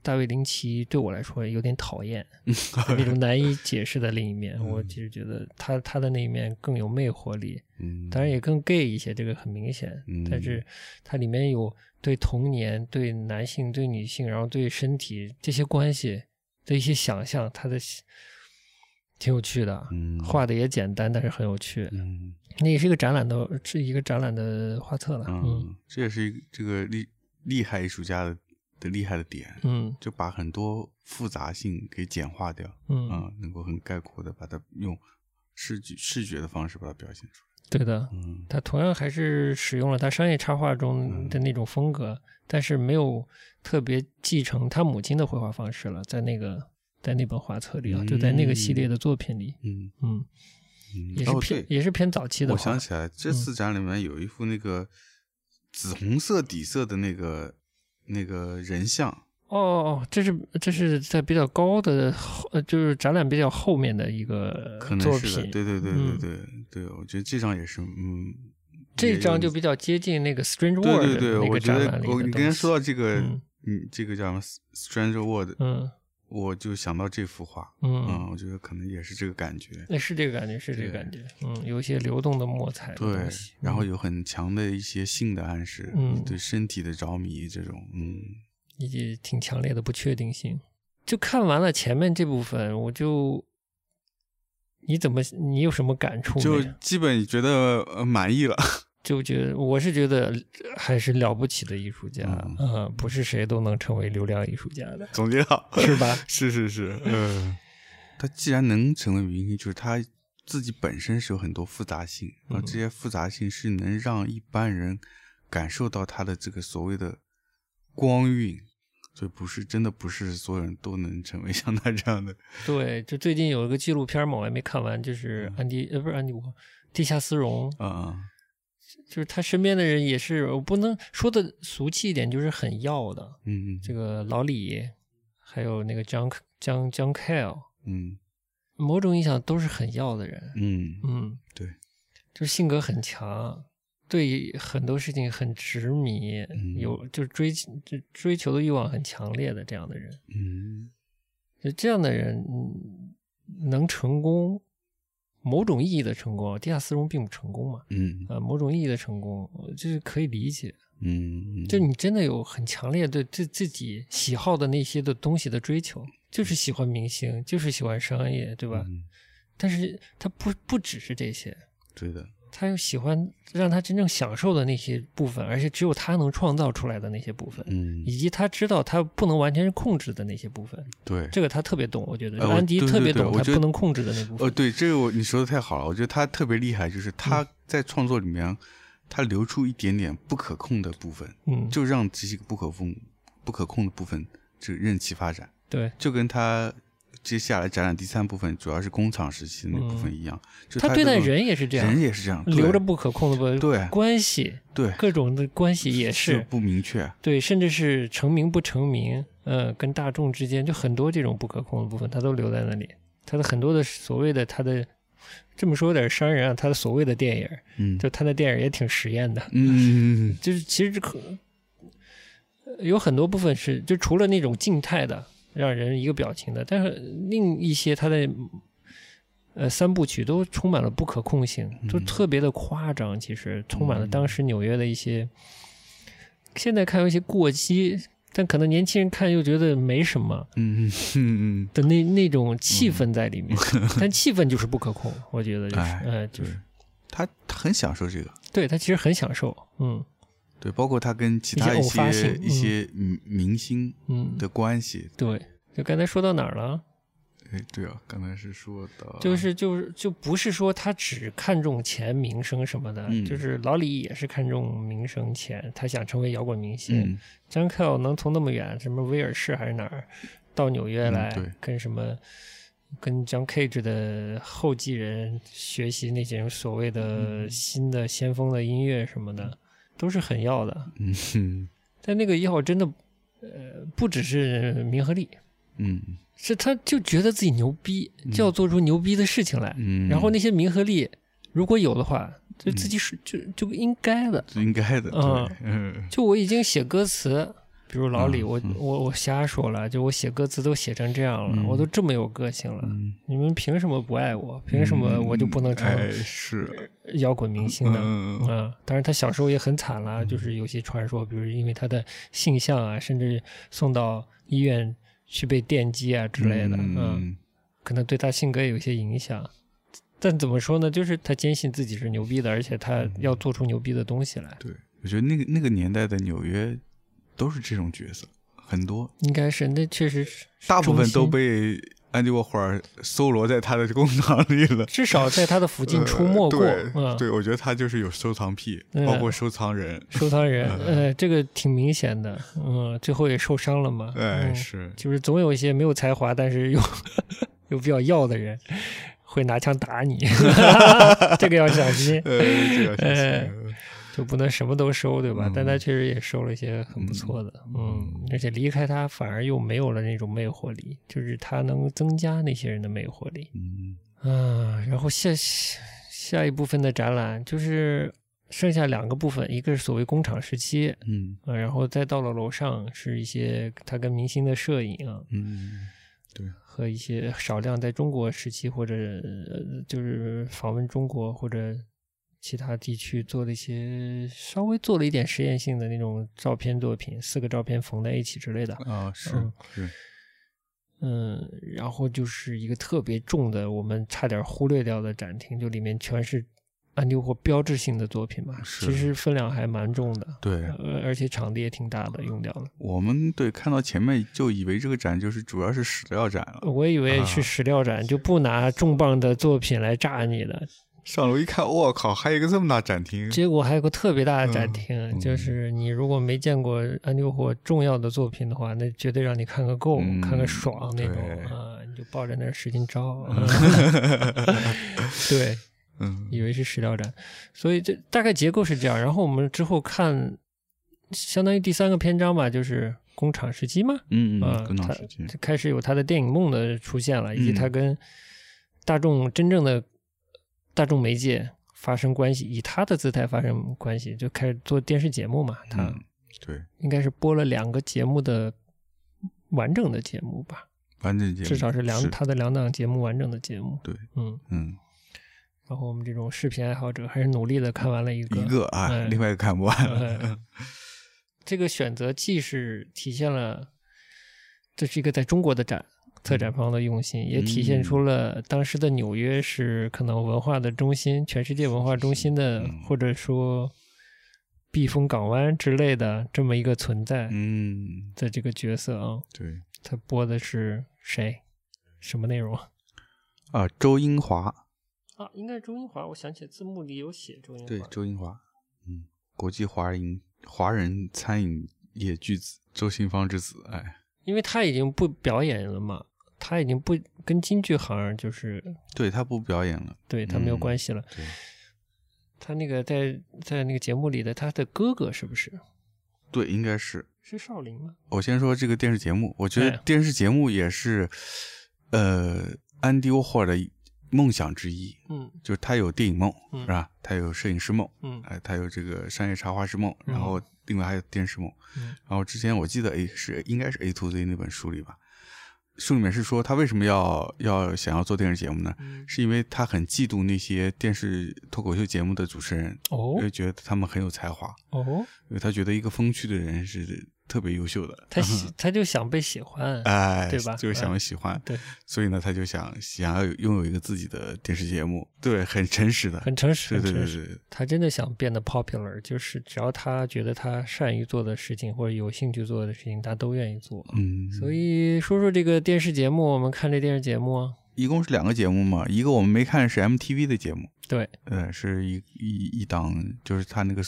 Speaker 2: 大卫林奇，对我来说有点讨厌那种难以解释的另一面。我其实觉得他他的那一面更有魅惑力，
Speaker 1: 嗯
Speaker 2: 当然也更 gay 一些，这个很明显
Speaker 1: 嗯。
Speaker 2: 但是它里面有对童年、对男性、对女性，然后对身体这些关系的一些想象，他的挺有趣的。
Speaker 1: 嗯
Speaker 2: 画的也简单，但是很有趣。
Speaker 1: 嗯
Speaker 2: 那也是一个展览的，是一个展览的画册了。嗯
Speaker 1: 嗯，这也是一个这个厉厉害艺术家的的厉害的点，
Speaker 2: 嗯
Speaker 1: 就把很多复杂性给简化掉，
Speaker 2: 嗯
Speaker 1: 啊，能够很概括的把它用视觉视觉的方式把它表现出来。
Speaker 2: 对的。
Speaker 1: 嗯
Speaker 2: 他同样还是使用了他商业插画中的那种风格，但是没有特别继承他母亲的绘画方式了，在那个在那本画册里啊，
Speaker 1: 嗯
Speaker 2: 就在那个系列的作品里，
Speaker 1: 嗯
Speaker 2: 嗯，
Speaker 1: 嗯，
Speaker 2: 也是
Speaker 1: 哦
Speaker 2: 偏、
Speaker 1: 对，
Speaker 2: 也是偏早期的嗯
Speaker 1: 我
Speaker 2: 画。
Speaker 1: 想起来，这次展里面有一幅那个紫红色底色的那个那个人像，
Speaker 2: 哦哦哦，这是这是在比较高的后，呃就是展览比较后面的一个
Speaker 1: 可能
Speaker 2: 作
Speaker 1: 是的，
Speaker 2: 品。
Speaker 1: 对对对对
Speaker 2: 嗯
Speaker 1: 对、对，我觉得这张也是，嗯，也
Speaker 2: 这
Speaker 1: 有
Speaker 2: 张就比较接近那个 Strange
Speaker 1: 对
Speaker 2: World
Speaker 1: 对对，
Speaker 2: 那
Speaker 1: 我
Speaker 2: 个
Speaker 1: 觉
Speaker 2: 展
Speaker 1: 得
Speaker 2: 览里的
Speaker 1: 我你
Speaker 2: 东
Speaker 1: 刚才
Speaker 2: 西
Speaker 1: 说到这个，
Speaker 2: 嗯
Speaker 1: 嗯，这个叫什么 Stranger World，
Speaker 2: 嗯
Speaker 1: 我就想到这幅画，
Speaker 2: 嗯，哎
Speaker 1: 嗯，我觉得可能也是这个感觉，
Speaker 2: 那、是这个感觉，是这个
Speaker 1: 对
Speaker 2: 感觉。嗯，有一些流动的墨彩的
Speaker 1: 对
Speaker 2: 东西，
Speaker 1: 然
Speaker 2: 嗯
Speaker 1: 后有很强的一些性的暗示，
Speaker 2: 嗯
Speaker 1: 对身体的着迷这种，嗯
Speaker 2: 以及挺强烈的不确定性。就看完了前面这部分，我就你怎么你有什么感触没？
Speaker 1: 就基本觉得呃满意了，
Speaker 2: 就觉得我是觉得还是了不起的艺术家，
Speaker 1: 嗯
Speaker 2: 嗯、不是谁都能成为流量艺术家的，
Speaker 1: 总结好，
Speaker 2: 是吧？
Speaker 1: 是是是， 嗯，他既然能成为明星，就是他自己本身是有很多复杂性，然后
Speaker 2: 嗯
Speaker 1: 这些复杂性是能让一般人感受到他的这个所谓的光晕，所以不是真的不是所有人都能成为像他这样的，
Speaker 2: 对，就最近有一个纪录片嘛，我还没看完，就是安迪呃不是安迪沃，地下丝绒，
Speaker 1: 嗯
Speaker 2: 就是他身边的人也是，我不能说的俗气一点，就是很要的。
Speaker 1: 嗯
Speaker 2: 这个老李，还有那个江江江 Kale，
Speaker 1: 嗯
Speaker 2: 某种意义上都是很要的人，
Speaker 1: 嗯
Speaker 2: 嗯，
Speaker 1: 对，
Speaker 2: 就是性格很强，对很多事情很执迷，
Speaker 1: 嗯
Speaker 2: 有就是追就追求的欲望很强烈的这样的人，
Speaker 1: 嗯
Speaker 2: 就这样的人嗯能成功，某种意义的成功，地下丝绒并不成功嘛，
Speaker 1: 嗯
Speaker 2: 啊，某种意义的成功，呃就是可以理解，
Speaker 1: 嗯，
Speaker 2: 就你真的有很强烈对自自己喜好的那些的东西的追求，就是喜欢明星，就是喜欢商业，对吧？
Speaker 1: 嗯
Speaker 2: 但是他不不只是这些，
Speaker 1: 对的，
Speaker 2: 他又喜欢让他真正享受的那些部分，而且只有他能创造出来的那些部分，
Speaker 1: 嗯
Speaker 2: 以及他知道他不能完全是控制的那些部分，
Speaker 1: 对。
Speaker 2: 这个他特别懂，我觉得、
Speaker 1: 哎我
Speaker 2: 安迪
Speaker 1: 对
Speaker 2: 特
Speaker 1: 对
Speaker 2: 别
Speaker 1: 对
Speaker 2: 懂
Speaker 1: 我
Speaker 2: 他
Speaker 1: 觉得
Speaker 2: 不能控制的那部分。
Speaker 1: 哦，对，这个我你说的太好了，我觉得他特别厉害，就是他在创作里面，他留出一点点不可控的部分，
Speaker 2: 嗯，
Speaker 1: 就让这些不可控、不可控的部分就任其发展，
Speaker 2: 对，
Speaker 1: 就跟他接下来展览第三部分主要是工厂时期那部分一样，就
Speaker 2: 他对待
Speaker 1: 这种
Speaker 2: 人也是这样，
Speaker 1: 人也是这样，对
Speaker 2: 留着不可控的部
Speaker 1: 对
Speaker 2: 关系，
Speaker 1: 对
Speaker 2: 各种的关系也
Speaker 1: 是
Speaker 2: 是。
Speaker 1: 不明确，
Speaker 2: 对，甚至是成名不成名，呃，跟大众之间就很多这种不可控的部分，他都留在那里。他的很多的所谓的他的这么说有点伤人啊，他所谓的电影，
Speaker 1: 嗯
Speaker 2: 就他的电影也挺实验的，
Speaker 1: 嗯
Speaker 2: 就是其实可有很多部分是，就除了那种静态的让人一个表情的，但是另一些它的呃三部曲都充满了不可控性，都特别的夸张，其实充满了当时纽约的一些，现在看有一些过激，但可能年轻人看又觉得没什么
Speaker 1: 嗯嗯
Speaker 2: 的那那种气氛在里面，但气氛就是不可控，我觉得就是
Speaker 1: 哎
Speaker 2: 呃就
Speaker 1: 对
Speaker 2: 是
Speaker 1: 他他很享受这个，
Speaker 2: 对他其实很享受，嗯
Speaker 1: 对，包括他跟其他
Speaker 2: 一
Speaker 1: 一
Speaker 2: 些偶发
Speaker 1: 些
Speaker 2: 性
Speaker 1: 一些明明星
Speaker 2: 嗯
Speaker 1: 的关系，
Speaker 2: 对，就刚才说到哪儿了？啊
Speaker 1: 哎，对啊，刚才是说的，
Speaker 2: 就是就是就不是说他只看重钱名声什么的，
Speaker 1: 嗯
Speaker 2: 就是老李也是看重名声钱，他想成为摇滚明星。
Speaker 1: 嗯
Speaker 2: 张克能从那么远，什么威尔士还是哪儿，到纽约
Speaker 1: 嗯
Speaker 2: 来，
Speaker 1: 对
Speaker 2: 跟什么跟 John Cage 的后继人学习那些所谓
Speaker 1: 嗯
Speaker 2: 的新的先锋的音乐什么的，都是很要的。
Speaker 1: 嗯哼
Speaker 2: 但那个要真的，呃，不只是名和利，
Speaker 1: 嗯
Speaker 2: 是他就觉得自己牛逼，就要做出牛逼的事情来。
Speaker 1: 嗯，
Speaker 2: 然后那些名和利，如果有的话，就自己是、就就应该的。
Speaker 1: 是应该的，
Speaker 2: 嗯
Speaker 1: 对，嗯
Speaker 2: 就我已经写歌词，比如老李，
Speaker 1: 嗯
Speaker 2: 我
Speaker 1: 嗯
Speaker 2: 我我瞎说了，就我写歌词都写成这样了，
Speaker 1: 嗯
Speaker 2: 我都这么有个性了，
Speaker 1: 嗯，
Speaker 2: 你们凭什么不爱我？凭什么我就不能成
Speaker 1: 哎是，
Speaker 2: 摇滚明星呢？
Speaker 1: 嗯嗯
Speaker 2: 啊，当然他小时候也很惨啦，就是有些传说，比如因为他的性向啊，甚至送到医院去被电击啊之类的，嗯
Speaker 1: 嗯
Speaker 2: 可能对他性格也有些影响。但怎么说呢？就是他坚信自己是牛逼的，而且
Speaker 1: 嗯
Speaker 2: 他要做出牛逼的东西来，
Speaker 1: 对，我觉得那个那个年代的纽约都是这种角色，很多，
Speaker 2: 应该是那确实是
Speaker 1: 大部分都
Speaker 2: 中心
Speaker 1: 被安迪沃霍尔搜罗在他的工厂里了。
Speaker 2: 至少在他的附近出没过，
Speaker 1: 呃对、
Speaker 2: 嗯，
Speaker 1: 对，我觉得他就是有收藏癖，
Speaker 2: 嗯
Speaker 1: 包括收藏人。
Speaker 2: 收 藏人，呃，这个挺明显的，嗯，最后也受伤了嘛，
Speaker 1: 哎，
Speaker 2: 嗯，
Speaker 1: 是，
Speaker 2: 就是总有一些没有才华，但是又 又比较要的人会拿枪打你， 这个要小心，
Speaker 1: 呃，这个事
Speaker 2: 哎
Speaker 1: 情，
Speaker 2: 就不能什么都收，对吧？
Speaker 1: 嗯
Speaker 2: 但他确实也收了一些很不错的，嗯，而且离开他反而又没有了那种魅惑力，就是他能增加那些人的魅惑力
Speaker 1: 嗯
Speaker 2: 啊。然后下下一部分的展览就是剩下两个部分，一个是所谓工厂时期，
Speaker 1: 嗯
Speaker 2: 啊，然后再到了楼上是一些他跟明星的摄影啊，
Speaker 1: 嗯，
Speaker 2: 和一些少量在中国时期或者呃就是访问中国或者其他地区做的一些稍微做了一点实验性的那种照片作品，四个照片缝在一起之类的。
Speaker 1: 啊，是
Speaker 2: 嗯
Speaker 1: 是，
Speaker 2: 嗯，然后就是一个特别重的，我们差点忽略掉的展厅，就里面全是安迪沃霍标志性的作品嘛，
Speaker 1: 是
Speaker 2: 其实分量还蛮重的，
Speaker 1: 对
Speaker 2: 呃，而且场地也挺大的，用掉了。
Speaker 1: 我们对看到前面就以为这个展就是主要是史料展了，
Speaker 2: 我以为是史料展，就不拿重磅的作品来炸你的，
Speaker 1: 上楼一看，我靠，还有一个这么大展厅，
Speaker 2: 结果还有个特别大的展厅，
Speaker 1: 嗯
Speaker 2: 就是你如果没见过安迪沃霍重要的作品的话，那绝对让你看个够，
Speaker 1: 嗯
Speaker 2: 看个爽那种
Speaker 1: 对
Speaker 2: 啊！你就抱着那儿使劲 招，啊对，
Speaker 1: 嗯
Speaker 2: 以为是史料展，所以这大概结构是这样。然后我们之后看，相当于第三个篇章吧，就是工厂时期嘛，
Speaker 1: 嗯
Speaker 2: 啊
Speaker 1: 嗯，工厂
Speaker 2: 他
Speaker 1: 时期，
Speaker 2: 就开始有他的电影梦的出现了，以及
Speaker 1: 嗯
Speaker 2: 他跟大众真正的大众媒介发生关系，以他的姿态发生关系，就开始做电视节目嘛。他
Speaker 1: 嗯，对，
Speaker 2: 应该是播了两个节目的完整的节目吧，
Speaker 1: 完整节目
Speaker 2: 至少是两他的两档节目完整的节目。
Speaker 1: 嗯对，
Speaker 2: 嗯。
Speaker 1: 嗯，
Speaker 2: 然后我们这种视频爱好者还是努力的看完了一个
Speaker 1: 一个啊，
Speaker 2: 哎
Speaker 1: 另外一个看不完
Speaker 2: 哎
Speaker 1: 了，
Speaker 2: 这个选择既是体现了这是一个在中国的展策
Speaker 1: 嗯
Speaker 2: 展方的用心，也体现出了当时的纽约是可能文化的中心，全世界文化中心的，
Speaker 1: 嗯
Speaker 2: 或者说避风港湾之类的这么一个存在
Speaker 1: 嗯，
Speaker 2: 的这个角色啊。
Speaker 1: 对
Speaker 2: 他播的是谁？什么内容啊？
Speaker 1: 啊，周英华，
Speaker 2: 啊，应该是周英华，我想起字幕里有写周英华。
Speaker 1: 对，周英华，嗯，国际华人华人餐饮业巨子周信芳之子，哎，
Speaker 2: 因为他已经不表演了嘛，他已经不跟京剧行就是
Speaker 1: 对他不表演了，
Speaker 2: 对他没有
Speaker 1: 嗯
Speaker 2: 关系了。
Speaker 1: 对，
Speaker 2: 他那个在在那个节目里的他的哥哥是不是
Speaker 1: 对，应该是。
Speaker 2: 是少林吗？
Speaker 1: 我先说这个电视节目，我觉得
Speaker 2: 哎
Speaker 1: 电视节目也是，呃，安迪沃霍尔的一梦想之一，
Speaker 2: 嗯
Speaker 1: 就是他有电影梦，
Speaker 2: 嗯
Speaker 1: 是吧？他有摄影师梦，
Speaker 2: 嗯
Speaker 1: 哎，他有这个商业插画师梦，
Speaker 2: 嗯
Speaker 1: 然后另外还有电视梦。
Speaker 2: 嗯
Speaker 1: 然后之前我记得 A 是应该是 A to Z 那本书里吧，书里面是说他为什么要要想要做电视节目呢？
Speaker 2: 嗯，
Speaker 1: 是因为他很嫉妒那些电视脱口秀节目的主持人，
Speaker 2: 哦
Speaker 1: 因为觉得他们很有才华，
Speaker 2: 哦，
Speaker 1: 因为他觉得一个风趣的人是特别优秀的，
Speaker 2: 他喜他就想被喜欢，
Speaker 1: 哎，
Speaker 2: 对吧嗯
Speaker 1: 就是想要喜欢，
Speaker 2: 对，
Speaker 1: 所以呢，他就想想要有拥有一个自己的电视节目，对，很诚实的，
Speaker 2: 很诚实，
Speaker 1: 对
Speaker 2: 很
Speaker 1: 对
Speaker 2: 诚
Speaker 1: 对
Speaker 2: 实。
Speaker 1: 对，
Speaker 2: 他真的想变得 popular，就是只要他觉得他善于做的事情或者有兴趣做的事情，他都愿意做。
Speaker 1: 嗯，
Speaker 2: 所以说说这个电视节目，我们看这电视节目啊，
Speaker 1: 一共是两个节目嘛，一个我们没看是 MTV 的节目，
Speaker 2: 对，
Speaker 1: 呃，是一一一档，就是他那个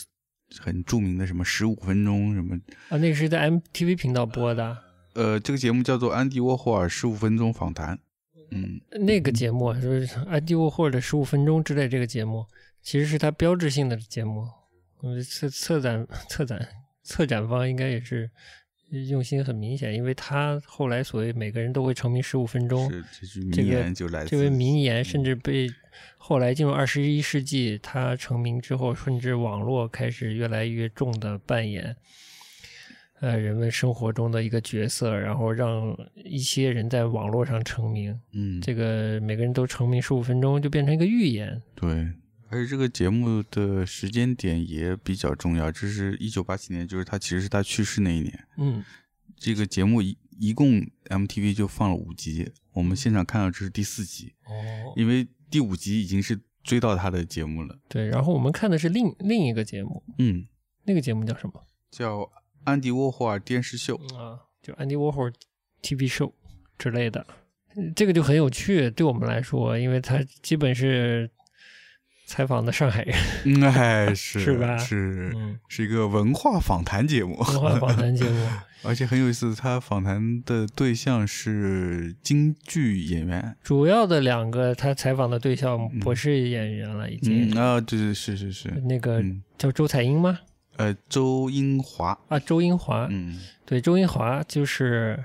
Speaker 1: 很著名的什么十五分钟什么，
Speaker 2: 啊，那个是在 MTV 频道播的，啊
Speaker 1: 呃，这个节目叫做安迪沃霍尔十五分钟访谈，嗯，
Speaker 2: 那个节目啊就是安迪沃霍尔的十五分钟之类这个节目，其实是他标志性的节目。嗯，策策展策展策展方应该也是用心很明显，因为他后来所谓每个人都会成名十五分钟，
Speaker 1: 是这句
Speaker 2: 这
Speaker 1: 名
Speaker 2: 个
Speaker 1: 言就来自嗯
Speaker 2: 这位名言甚至被后来进入二十一世纪，他成名之后，甚至网络开始越来越重的扮演，呃，人们生活中的一个角色，然后让一些人在网络上成名。
Speaker 1: 嗯，
Speaker 2: 这个每个人都成名十五分钟，就变成一个预言。
Speaker 1: 对，而且这个节目的时间点也比较重要，这是一九八七年，就是他其实是他去世那一年。
Speaker 2: 嗯，
Speaker 1: 这个节目一一共 MTV 就放了五集，我们现场看到这是第四集，
Speaker 2: 哦，
Speaker 1: 因为第五集已经是追到他的节目了。
Speaker 2: 对。然后我们看的是另另一个节目，
Speaker 1: 嗯，
Speaker 2: 那个节目叫什么？
Speaker 1: 叫安迪沃霍尔电视秀。
Speaker 2: 啊，就 Andy Warhol TV show 之类的，嗯这个就很有趣，对我们来说，因为他基本是采访的上海人，
Speaker 1: 嗯，哎，是
Speaker 2: 是吧
Speaker 1: 是、
Speaker 2: 嗯，哦
Speaker 1: 是一个文化访谈节目，
Speaker 2: 文化访谈 节目，
Speaker 1: 而且很有意思，他访谈的对象是京剧演员。
Speaker 2: 主要的两个他采访的对象不是演员了，已
Speaker 1: 嗯
Speaker 2: 经、
Speaker 1: 啊，对对是是是，
Speaker 2: 那个
Speaker 1: 嗯嗯
Speaker 2: 叫周采英吗？
Speaker 1: 呃，周英华，
Speaker 2: 啊，周英华，
Speaker 1: 嗯
Speaker 2: 对，周英华就是。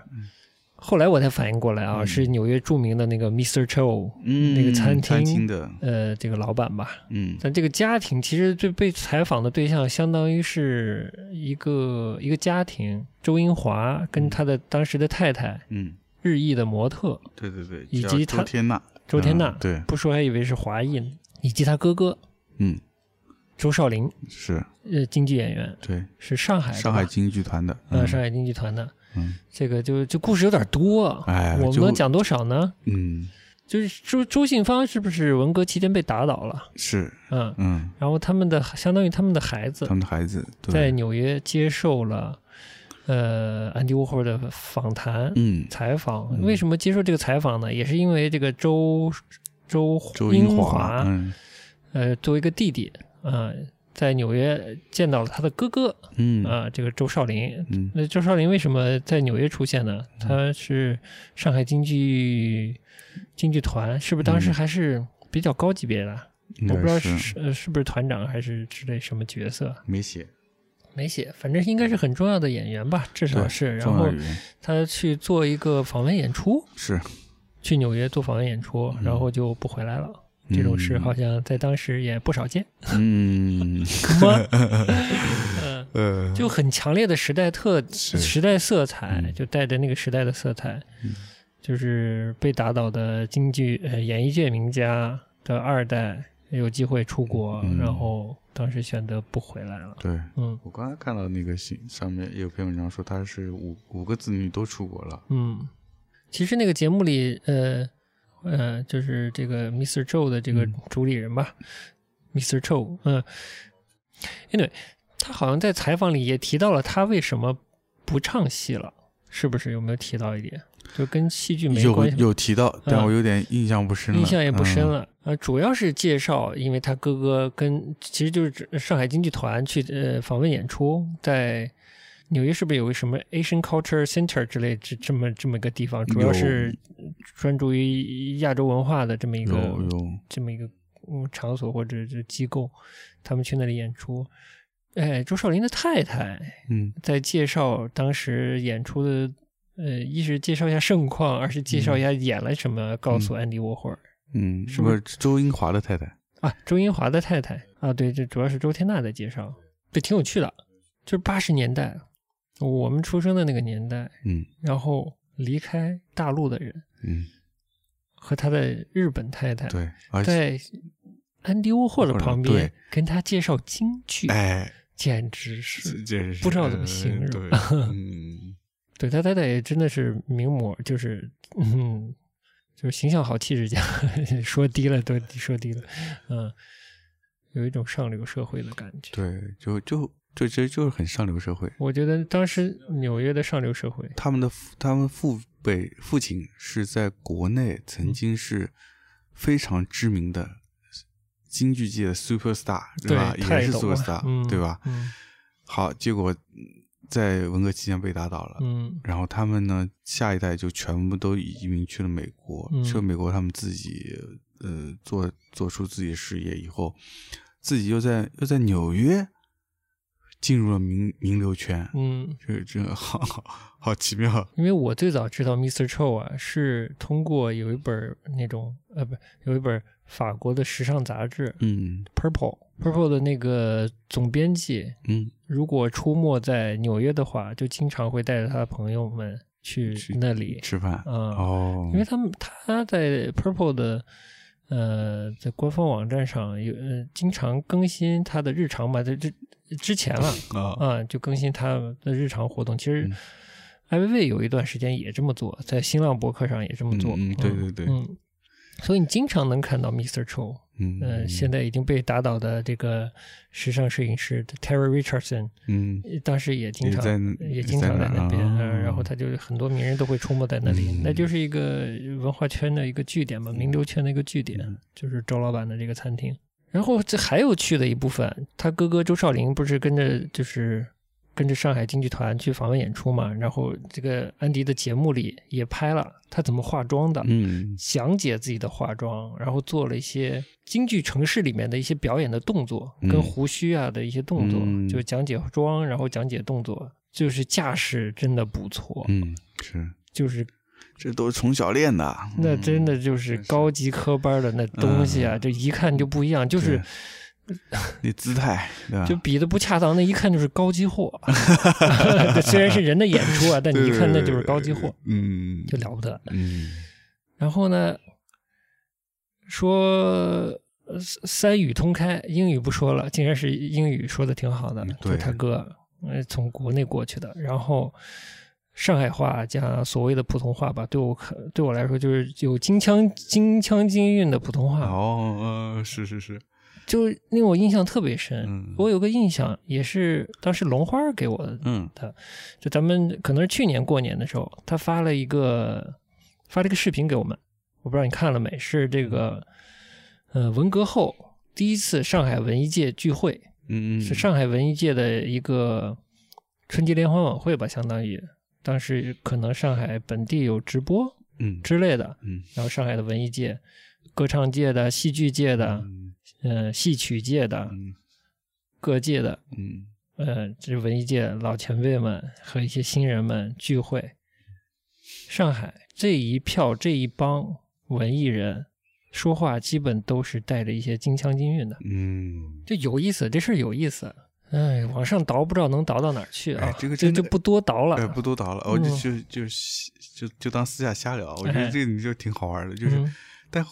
Speaker 2: 后来我才反应过来啊，
Speaker 1: 嗯
Speaker 2: 是纽约著名的那个 Mr. Cho，
Speaker 1: 嗯，
Speaker 2: 那个餐
Speaker 1: 餐
Speaker 2: 厅
Speaker 1: 的，
Speaker 2: 呃，这个老板吧，
Speaker 1: 嗯
Speaker 2: 但这个家庭其实对被采访的对象相当于是一个一个家庭，周英华跟他的当时的太太，
Speaker 1: 嗯，
Speaker 2: 日裔的模特
Speaker 1: 对对对，
Speaker 2: 以
Speaker 1: 叫
Speaker 2: 及
Speaker 1: 周
Speaker 2: 他
Speaker 1: 天娜，
Speaker 2: 周天娜，
Speaker 1: 嗯对，
Speaker 2: 不说还以为是华裔呢，以及他哥哥
Speaker 1: 嗯
Speaker 2: 周少林，
Speaker 1: 是
Speaker 2: 呃，京剧演员，
Speaker 1: 对，
Speaker 2: 是上海的吧
Speaker 1: 上海京剧团的，
Speaker 2: 呃
Speaker 1: 嗯
Speaker 2: 哎上海京剧团的，
Speaker 1: 嗯，
Speaker 2: 这个就就故事有点多啊，
Speaker 1: 哎，
Speaker 2: 我们
Speaker 1: 就
Speaker 2: 能讲多少呢？
Speaker 1: 嗯
Speaker 2: 就是周周信芳是不是文革期间被打倒了？
Speaker 1: 是
Speaker 2: 嗯，
Speaker 1: 嗯，
Speaker 2: 然后他们的相当于他们的孩子
Speaker 1: 他，们的孩子
Speaker 2: 呃在
Speaker 1: 对，
Speaker 2: 纽约接受了呃安迪沃霍尔的访谈、
Speaker 1: 嗯
Speaker 2: 采访。
Speaker 1: 嗯
Speaker 2: 为什么接受这个采访呢？也是因为这个周周
Speaker 1: 周
Speaker 2: 英
Speaker 1: 英华，嗯
Speaker 2: 呃作为一个弟弟啊、呃在纽约见到了他的哥哥
Speaker 1: 嗯
Speaker 2: 啊、这个周少林。
Speaker 1: 嗯
Speaker 2: 那周少林为什么在纽约出现呢？他是上海京剧京剧团，是不是当时
Speaker 1: 嗯
Speaker 2: 还是比较高级别的？
Speaker 1: 应
Speaker 2: 我不知道
Speaker 1: 该
Speaker 2: 是
Speaker 1: 是
Speaker 2: 是呃是不是团长还是之类什么角色。
Speaker 1: 没写，
Speaker 2: 没写，反正应该是很重要的演员吧，至少
Speaker 1: 对
Speaker 2: 是。然
Speaker 1: 重要
Speaker 2: 后
Speaker 1: 语言
Speaker 2: 他去做一个访问演出，
Speaker 1: 是
Speaker 2: 去纽约做访问演出，
Speaker 1: 嗯
Speaker 2: 然后就不回来了。这种事好，像在当时也不少见，
Speaker 1: 嗯 嗯
Speaker 2: 嗯，
Speaker 1: 呃，
Speaker 2: 就很强烈的时代特
Speaker 1: 是
Speaker 2: 时代色彩，
Speaker 1: 嗯
Speaker 2: 就带着那个时代的色彩，
Speaker 1: 嗯
Speaker 2: 就是被打倒的京剧呃演艺界名家的二代有机会出国，
Speaker 1: 嗯
Speaker 2: 然后当时选择不回来了，
Speaker 1: 对。
Speaker 2: 嗯
Speaker 1: 我刚才看到那个信上面也有篇文章说他是五五个子女都出国了，
Speaker 2: 嗯，其实那个节目里，呃呃，就是这个 Mr. Joe 的这个
Speaker 1: 嗯
Speaker 2: 主理人吧、m r Joe，嗯、a n y w a y 他好像在采访里也提到了他为什么不唱戏了，是不是？有没有提到一点？就跟戏剧没
Speaker 1: 有
Speaker 2: 关系吧，嗯
Speaker 1: 有提到，但我有点印象不深了，
Speaker 2: 印象也不深
Speaker 1: 嗯。
Speaker 2: 了。呃，主要是介绍，因为他哥哥跟其实就是指上海京剧团去呃访问演出，在纽约是不是有个什么 Asian Culture Center 之类这这么这么一个地方，主要
Speaker 1: 有
Speaker 2: 是专注于亚洲文化的这么一
Speaker 1: 嗯有
Speaker 2: 个
Speaker 1: 有，
Speaker 2: 这么一个嗯场所或者是机构，他们去那里演出。哎，周少林的太太
Speaker 1: 嗯
Speaker 2: 在介绍当时演出的，呃，一是介绍一下盛况，二是介绍一下演了什么，告诉安迪沃霍尔。
Speaker 1: 嗯，
Speaker 2: 是不是
Speaker 1: 不是周英华的太太？
Speaker 2: 啊，周英华的太太啊，对，这主要是周天娜在介绍，对，挺有趣的，就是八十年代，我们出生的那个年代，
Speaker 1: 嗯
Speaker 2: 然后离开大陆的人
Speaker 1: 嗯，
Speaker 2: 和他的日本太太
Speaker 1: 对，而且
Speaker 2: 在安迪沃霍勒旁
Speaker 1: 或者
Speaker 2: 边
Speaker 1: 对
Speaker 2: 跟他介绍京剧，
Speaker 1: 哎，
Speaker 2: 简直
Speaker 1: 这
Speaker 2: 是
Speaker 1: 这是
Speaker 2: 不知道怎么形容
Speaker 1: 对，嗯，
Speaker 2: 对他太太也真的是名模，就是嗯，就是形象好，气质佳， 说低了都说低了，嗯，有一种上流社会的感觉。
Speaker 1: 对，就就就其实就是很上流社会。
Speaker 2: 我觉得当时纽约的上流社会，
Speaker 1: 他们的父他们父辈父亲是在国内曾
Speaker 2: 嗯
Speaker 1: 经是非常知名的京剧界的 super star，
Speaker 2: 对
Speaker 1: 吧？，
Speaker 2: 泰
Speaker 1: 也是
Speaker 2: 斗
Speaker 1: super
Speaker 2: 啊
Speaker 1: star，、
Speaker 2: 嗯，
Speaker 1: 对吧？
Speaker 2: 嗯
Speaker 1: 好，结果在文革期间被打倒了。
Speaker 2: 嗯
Speaker 1: 然后他们呢，下一代就全部都移民去了美国。
Speaker 2: 嗯
Speaker 1: 去了美国，他们自己呃做做出自己的事业以后，自己又在又在纽约进入了名名流圈。
Speaker 2: 嗯，
Speaker 1: 这这好好好奇妙啊！
Speaker 2: 因为我最早知道 Mr. Cho 啊，是通过有一本那种呃不有一本法国的时尚杂志
Speaker 1: 嗯
Speaker 2: Purple Purple 的那个总编辑，
Speaker 1: 嗯，
Speaker 2: 如果出没在纽约的话，就经常会带着他的朋友们去
Speaker 1: 去
Speaker 2: 那里，
Speaker 1: 吃饭、
Speaker 2: 嗯，
Speaker 1: 哦，
Speaker 2: 因为他们他在 Purple 的呃在官方网站上有呃经常更新他的日常嘛，在这之前了
Speaker 1: 啊，
Speaker 2: 啊、就更新他的日常活动。其实
Speaker 1: 嗯
Speaker 2: IVV 有一段时间也这么做，在新浪博客上也这么做。
Speaker 1: 嗯嗯对对对
Speaker 2: 嗯，所以你经常能看到 Mr. Cho，
Speaker 1: 嗯
Speaker 2: 呃，现在已经被打倒的这个时尚摄影师 Terry Richardson，
Speaker 1: 嗯
Speaker 2: 当时也经
Speaker 1: 也
Speaker 2: 常
Speaker 1: 在
Speaker 2: 也经常在
Speaker 1: 在那
Speaker 2: 那边，
Speaker 1: 啊
Speaker 2: 呃然后他就是很多名人都会出没在那里，
Speaker 1: 嗯
Speaker 2: 那就是一个文化圈的一个据点嘛，名流圈的一个据点，
Speaker 1: 嗯
Speaker 2: 就是周老板的这个餐厅。然后这还有趣的一部分，他哥哥周少林不是跟着就是跟着上海京剧团去访问演出嘛，然后这个安迪的节目里也拍了他怎么化妆的，
Speaker 1: 嗯
Speaker 2: 讲解自己的化妆，然后做了一些京剧城市里面的一些表演的动作，
Speaker 1: 嗯
Speaker 2: 跟胡须啊的一些动作，
Speaker 1: 嗯
Speaker 2: 就讲解妆，然后讲解动作，就是架势真的不错，
Speaker 1: 嗯是，
Speaker 2: 就是
Speaker 1: 这都是从小练的，
Speaker 2: 那
Speaker 1: 嗯
Speaker 2: 真的就是高级科班的那东西啊，
Speaker 1: 嗯
Speaker 2: 就一看就不一样，就是
Speaker 1: 你姿态对吧？
Speaker 2: 就比的不恰当，那一看就是高级货。对 虽然是人的演出啊，但你一看那就是高 级货，
Speaker 1: 嗯，
Speaker 2: 就了不得。
Speaker 1: 嗯
Speaker 2: 然后呢，说呃三语通开，英语不说了，竟然是英语说的挺好的
Speaker 1: 嗯，对
Speaker 2: 就他哥，呃，从国内过去的，然后。上海话加所谓的普通话吧，对我可对我来说就是有京腔京腔京韵的普通话，
Speaker 1: 哦，呃是是是，
Speaker 2: 就令我印象特别深。
Speaker 1: 嗯
Speaker 2: 我有个印象，也是当时龙花儿给我的，
Speaker 1: 嗯
Speaker 2: 就咱们可能是去年过年的时候，他发了一个发了一个视频给我们，我不知道你看了没？是这个呃文革后第一次上海文艺界聚会，
Speaker 1: 嗯嗯
Speaker 2: 是上海文艺界的一个春节联欢晚会吧，相当于当时可能上海本地有直播
Speaker 1: 嗯
Speaker 2: 之类的，
Speaker 1: 嗯
Speaker 2: 然后上海的文艺界、歌唱界的、戏剧界的、
Speaker 1: 嗯
Speaker 2: 呃戏曲界的
Speaker 1: 嗯
Speaker 2: 各界的
Speaker 1: 嗯
Speaker 2: 呃，这文艺界老前辈们和一些新人们聚会，上海这一票这一帮文艺人说话基本都是带着一些京腔京韵的，
Speaker 1: 嗯，
Speaker 2: 这有意思，这事儿有意思。哎，往上倒不知道能倒到哪儿去啊！
Speaker 1: 哎这个
Speaker 2: 就
Speaker 1: 真的
Speaker 2: 就不多倒了。啊
Speaker 1: 哎，不多倒了，我就
Speaker 2: 嗯
Speaker 1: 就就就就当私下瞎聊，我觉
Speaker 2: 哎
Speaker 1: 得这个你就挺好玩的，就是
Speaker 2: 嗯
Speaker 1: 但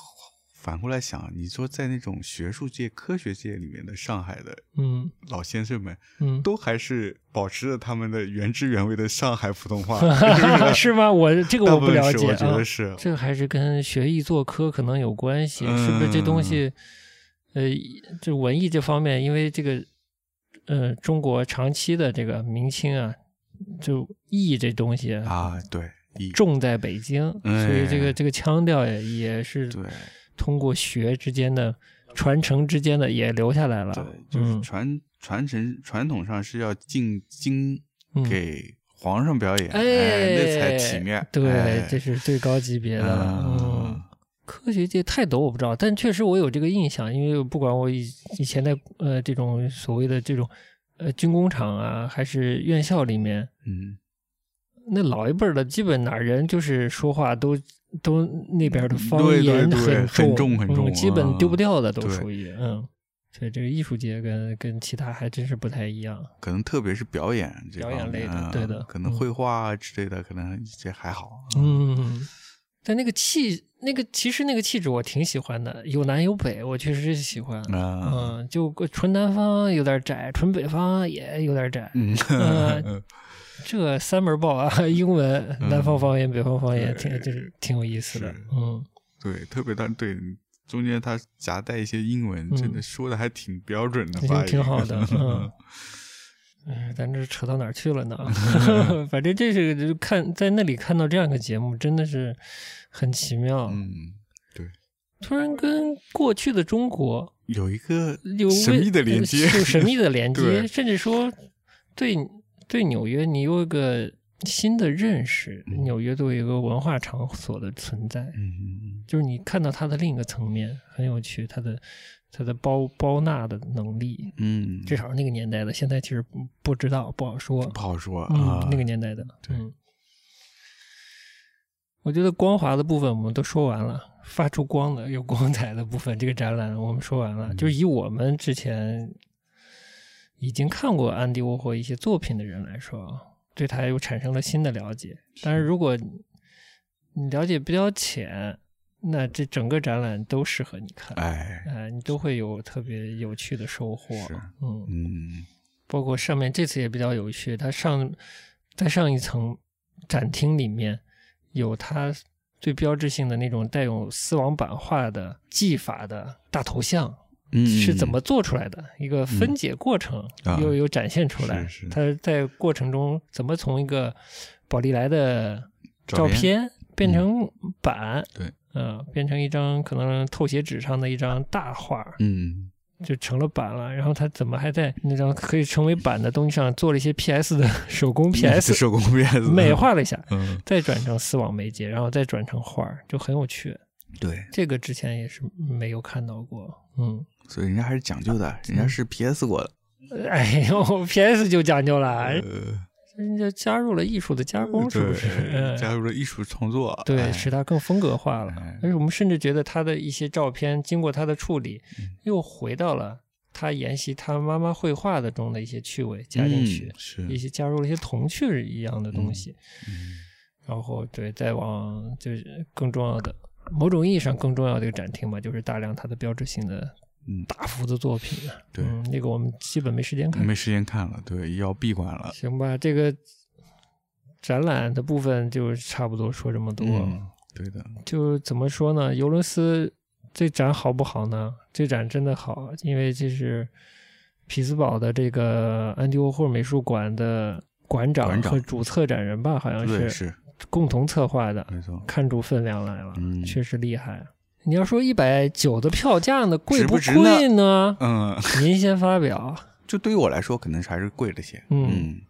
Speaker 1: 反过来想，你说在那种学术界、科学界里面的上海的
Speaker 2: 嗯
Speaker 1: 老先生们，
Speaker 2: 嗯，
Speaker 1: 都还是保持着他们的原汁原味的上海普 通话，
Speaker 2: 是吗？我这个
Speaker 1: 大
Speaker 2: 我
Speaker 1: 部
Speaker 2: 不
Speaker 1: 分
Speaker 2: 了
Speaker 1: 是
Speaker 2: 解
Speaker 1: 我觉
Speaker 2: 啊
Speaker 1: 得。是，
Speaker 2: 这还是跟学艺做科可能有关系，是不是？这
Speaker 1: 嗯
Speaker 2: 东西，呃，就文艺这方面，因为这个，呃，中国长期的这个明清啊，就艺这东西
Speaker 1: 啊，对，一
Speaker 2: 重在北京，
Speaker 1: 哎
Speaker 2: 所以这个这个腔调也也是
Speaker 1: 对
Speaker 2: 通过学之间的传承之间的也留下来了。
Speaker 1: 对，就是
Speaker 2: 嗯
Speaker 1: 传、传承传统上是要进京
Speaker 2: 嗯
Speaker 1: 给皇上表演，
Speaker 2: 哎
Speaker 1: 那才体面，
Speaker 2: 嗯对
Speaker 1: 哎，
Speaker 2: 这是最高级别的了。嗯
Speaker 1: 嗯，
Speaker 2: 科学界泰斗我不知道，但确实我有这个印象，因为不管我以以前在呃这种所谓的这种呃军工厂啊，还是院校里面，
Speaker 1: 嗯
Speaker 2: 那老一辈儿的基本哪儿人就是说话都都那边的方
Speaker 1: 对对
Speaker 2: 言
Speaker 1: 对很重
Speaker 2: 重，
Speaker 1: 很
Speaker 2: 嗯
Speaker 1: 重
Speaker 2: 基本丢不
Speaker 1: 啊
Speaker 2: 掉的都
Speaker 1: 对
Speaker 2: 属于嗯。所以这个艺术节跟跟其他还真是不太一样。
Speaker 1: 可能特别是表演这
Speaker 2: 表演
Speaker 1: 方面
Speaker 2: 类的
Speaker 1: 啊
Speaker 2: 对的
Speaker 1: 可能
Speaker 2: 嗯
Speaker 1: 绘画啊之类的，可能这还好。啊
Speaker 2: 嗯，但那个气，那个其实那个气质我挺喜欢的，有南有北，我确实是喜欢。
Speaker 1: 啊，
Speaker 2: 嗯，就纯南方有点窄，纯北方也有点窄。
Speaker 1: 嗯，
Speaker 2: 呃这三门报啊， 英文、
Speaker 1: 嗯
Speaker 2: 南方方言、北方方言，
Speaker 1: 对
Speaker 2: 挺就是挺有意思的
Speaker 1: 是。
Speaker 2: 嗯，
Speaker 1: 对，特别他对中间他夹带一些英文，
Speaker 2: 嗯
Speaker 1: 真的说的还挺标准的
Speaker 2: 已
Speaker 1: 发
Speaker 2: 经
Speaker 1: 音，
Speaker 2: 挺好 的。嗯，哎咱这扯到哪儿去了呢？ 反正这是就看在那里看到这样一个节目，真的是很奇妙。
Speaker 1: 嗯，
Speaker 2: 突然跟过去的中国
Speaker 1: 有一个
Speaker 2: 有
Speaker 1: 神秘的连接
Speaker 2: 呃有神秘的连
Speaker 1: 对
Speaker 2: 接，甚至说对对纽约你有一个新的认识。
Speaker 1: 嗯
Speaker 2: 纽约作为一个文化场所的存在，
Speaker 1: 嗯，
Speaker 2: 就是你看到它的另一个层面，很有趣，它的它的包包纳的能力，
Speaker 1: 嗯，
Speaker 2: 至少是那个年代的，现在其实不不知道，不好说。
Speaker 1: 不好说啊
Speaker 2: 嗯，，那个年代的，
Speaker 1: 对
Speaker 2: 嗯。我觉得光滑的部分我们都说完了，发出光的有光彩的部分，这个展览我们说完了。
Speaker 1: 嗯
Speaker 2: 就是以我们之前已经看过安迪沃霍一些作品的人来说，对他又产生了新的了解。但是如果你了解比较浅，那这整个展览都适合你看，
Speaker 1: 哎，
Speaker 2: 哎、你都会有特别有趣的收获
Speaker 1: 是。
Speaker 2: 嗯，
Speaker 1: 嗯
Speaker 2: 包括上面这次也比较有趣，它上在上一层展厅里面有它最标志性的那种带有丝网版画的技法的大头像，
Speaker 1: 嗯，
Speaker 2: 是怎么做出来的？一个分解过程
Speaker 1: 啊
Speaker 2: 又有展现出来
Speaker 1: 是是，
Speaker 2: 它在过程中怎么从一个宝丽来的照片变成版，
Speaker 1: 嗯对，
Speaker 2: 嗯，变成一张可能透写纸上的一张大画，
Speaker 1: 嗯，
Speaker 2: 就成了版了。然后他怎么还在那张可以成为版的东西上做了一些 PS 的 手工 PS
Speaker 1: 手工 PS
Speaker 2: 美，化了一下，
Speaker 1: 嗯，
Speaker 2: 再转成丝网媒介，然后再转成画儿，就很有趣。
Speaker 1: 对，
Speaker 2: 这个之前也是没有看到过。嗯，
Speaker 1: 所以人家还是讲究的，人家是 PS 过的，
Speaker 2: 哎呦，PS 就讲究了，
Speaker 1: 呃，
Speaker 2: 人家加入了艺术的加工，是不是？
Speaker 1: 对
Speaker 2: 嗯
Speaker 1: 加入了艺术创作，
Speaker 2: 对，
Speaker 1: 哎
Speaker 2: 使它更风格化了
Speaker 1: 哎。
Speaker 2: 而且我们甚至觉得他的一些照片经过他的处理，
Speaker 1: 嗯
Speaker 2: 又回到了他沿袭他妈妈绘画的中的一些趣味加进去。
Speaker 1: 嗯是
Speaker 2: 一些加入了一些童趣一样的东西，
Speaker 1: 嗯
Speaker 2: 然后对，再往就是更重要的，某种意义上更重要的一个展厅嘛，就是大量它的标志性的
Speaker 1: 嗯
Speaker 2: 大幅的作品啊。
Speaker 1: 对
Speaker 2: 嗯，那个我们基本没时间看。
Speaker 1: 嗯没时间看了，对，要闭关了，
Speaker 2: 行吧，这个展览的部分就差不多说这么多。
Speaker 1: 嗯，对的，
Speaker 2: 就怎么说呢？尤伦斯这展好不好呢？这展真的好，因为这是匹兹堡的这个安迪沃霍尔美术馆的馆
Speaker 1: 馆
Speaker 2: 长
Speaker 1: 长
Speaker 2: 和主策展人吧，好像
Speaker 1: 对，
Speaker 2: 是
Speaker 1: 是
Speaker 2: 共同策划的，
Speaker 1: 没错，
Speaker 2: 看出分量来了，
Speaker 1: 嗯
Speaker 2: 确实厉害。你要说一百九的票价呢，贵
Speaker 1: 值不值
Speaker 2: 贵呢？
Speaker 1: 嗯，
Speaker 2: 您先发表。
Speaker 1: 就对于我来说，可能是还是贵了些，
Speaker 2: 嗯
Speaker 1: 嗯，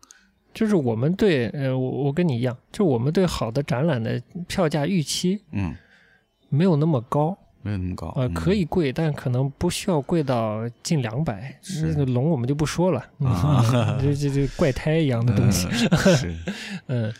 Speaker 2: 就是我们对，呃，我我跟你一样，就是我们对好的展览的票价预期
Speaker 1: 嗯，
Speaker 2: 没有那么高，
Speaker 1: 没有那么高，
Speaker 2: 呃，
Speaker 1: 嗯
Speaker 2: 可以贵，但可能不需要贵到近两百。
Speaker 1: 是
Speaker 2: 那个龙我们就不说了，
Speaker 1: 啊
Speaker 2: 嗯，这这这怪胎一样的东西，
Speaker 1: 嗯是，
Speaker 2: 嗯，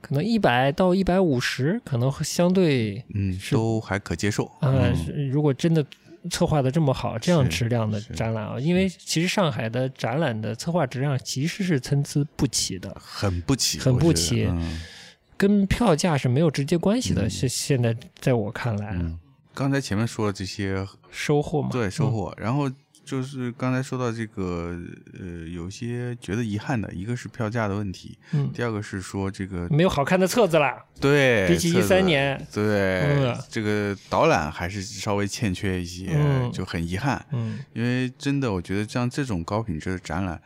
Speaker 2: 可能一百到一百五十，可能会相对，
Speaker 1: 嗯，都还可接受，
Speaker 2: 呃，
Speaker 1: 嗯
Speaker 2: 是如果真的策划的这么好，这样
Speaker 1: 是
Speaker 2: 质量的
Speaker 1: 是嗯
Speaker 2: 展览啊，因为其实上海的展览的策划质量其实是参差不齐的，
Speaker 1: 很不齐，
Speaker 2: 很
Speaker 1: 我觉
Speaker 2: 不
Speaker 1: 得
Speaker 2: 齐
Speaker 1: 嗯
Speaker 2: 跟票价是没有直接关系的。
Speaker 1: 嗯
Speaker 2: 是现在在我看来，啊
Speaker 1: 嗯，刚才前面说了这些
Speaker 2: 收获嘛，
Speaker 1: 对，收
Speaker 2: 嗯
Speaker 1: 获。然后就是刚才说到这个，呃，有些觉得遗憾的，一个是票价的问题，
Speaker 2: 嗯，
Speaker 1: 第二个是说这个
Speaker 2: 没有好看的册子啦，
Speaker 1: 对，
Speaker 2: 嗯比起
Speaker 1: 哎册
Speaker 2: 一
Speaker 1: 子啊
Speaker 2: 三。年，
Speaker 1: 对、
Speaker 2: 嗯
Speaker 1: 这个导览还是稍微欠缺一些，
Speaker 2: 嗯
Speaker 1: 就很遗憾。
Speaker 2: 嗯。
Speaker 1: 因为真的，我觉得像这种高品质的展览，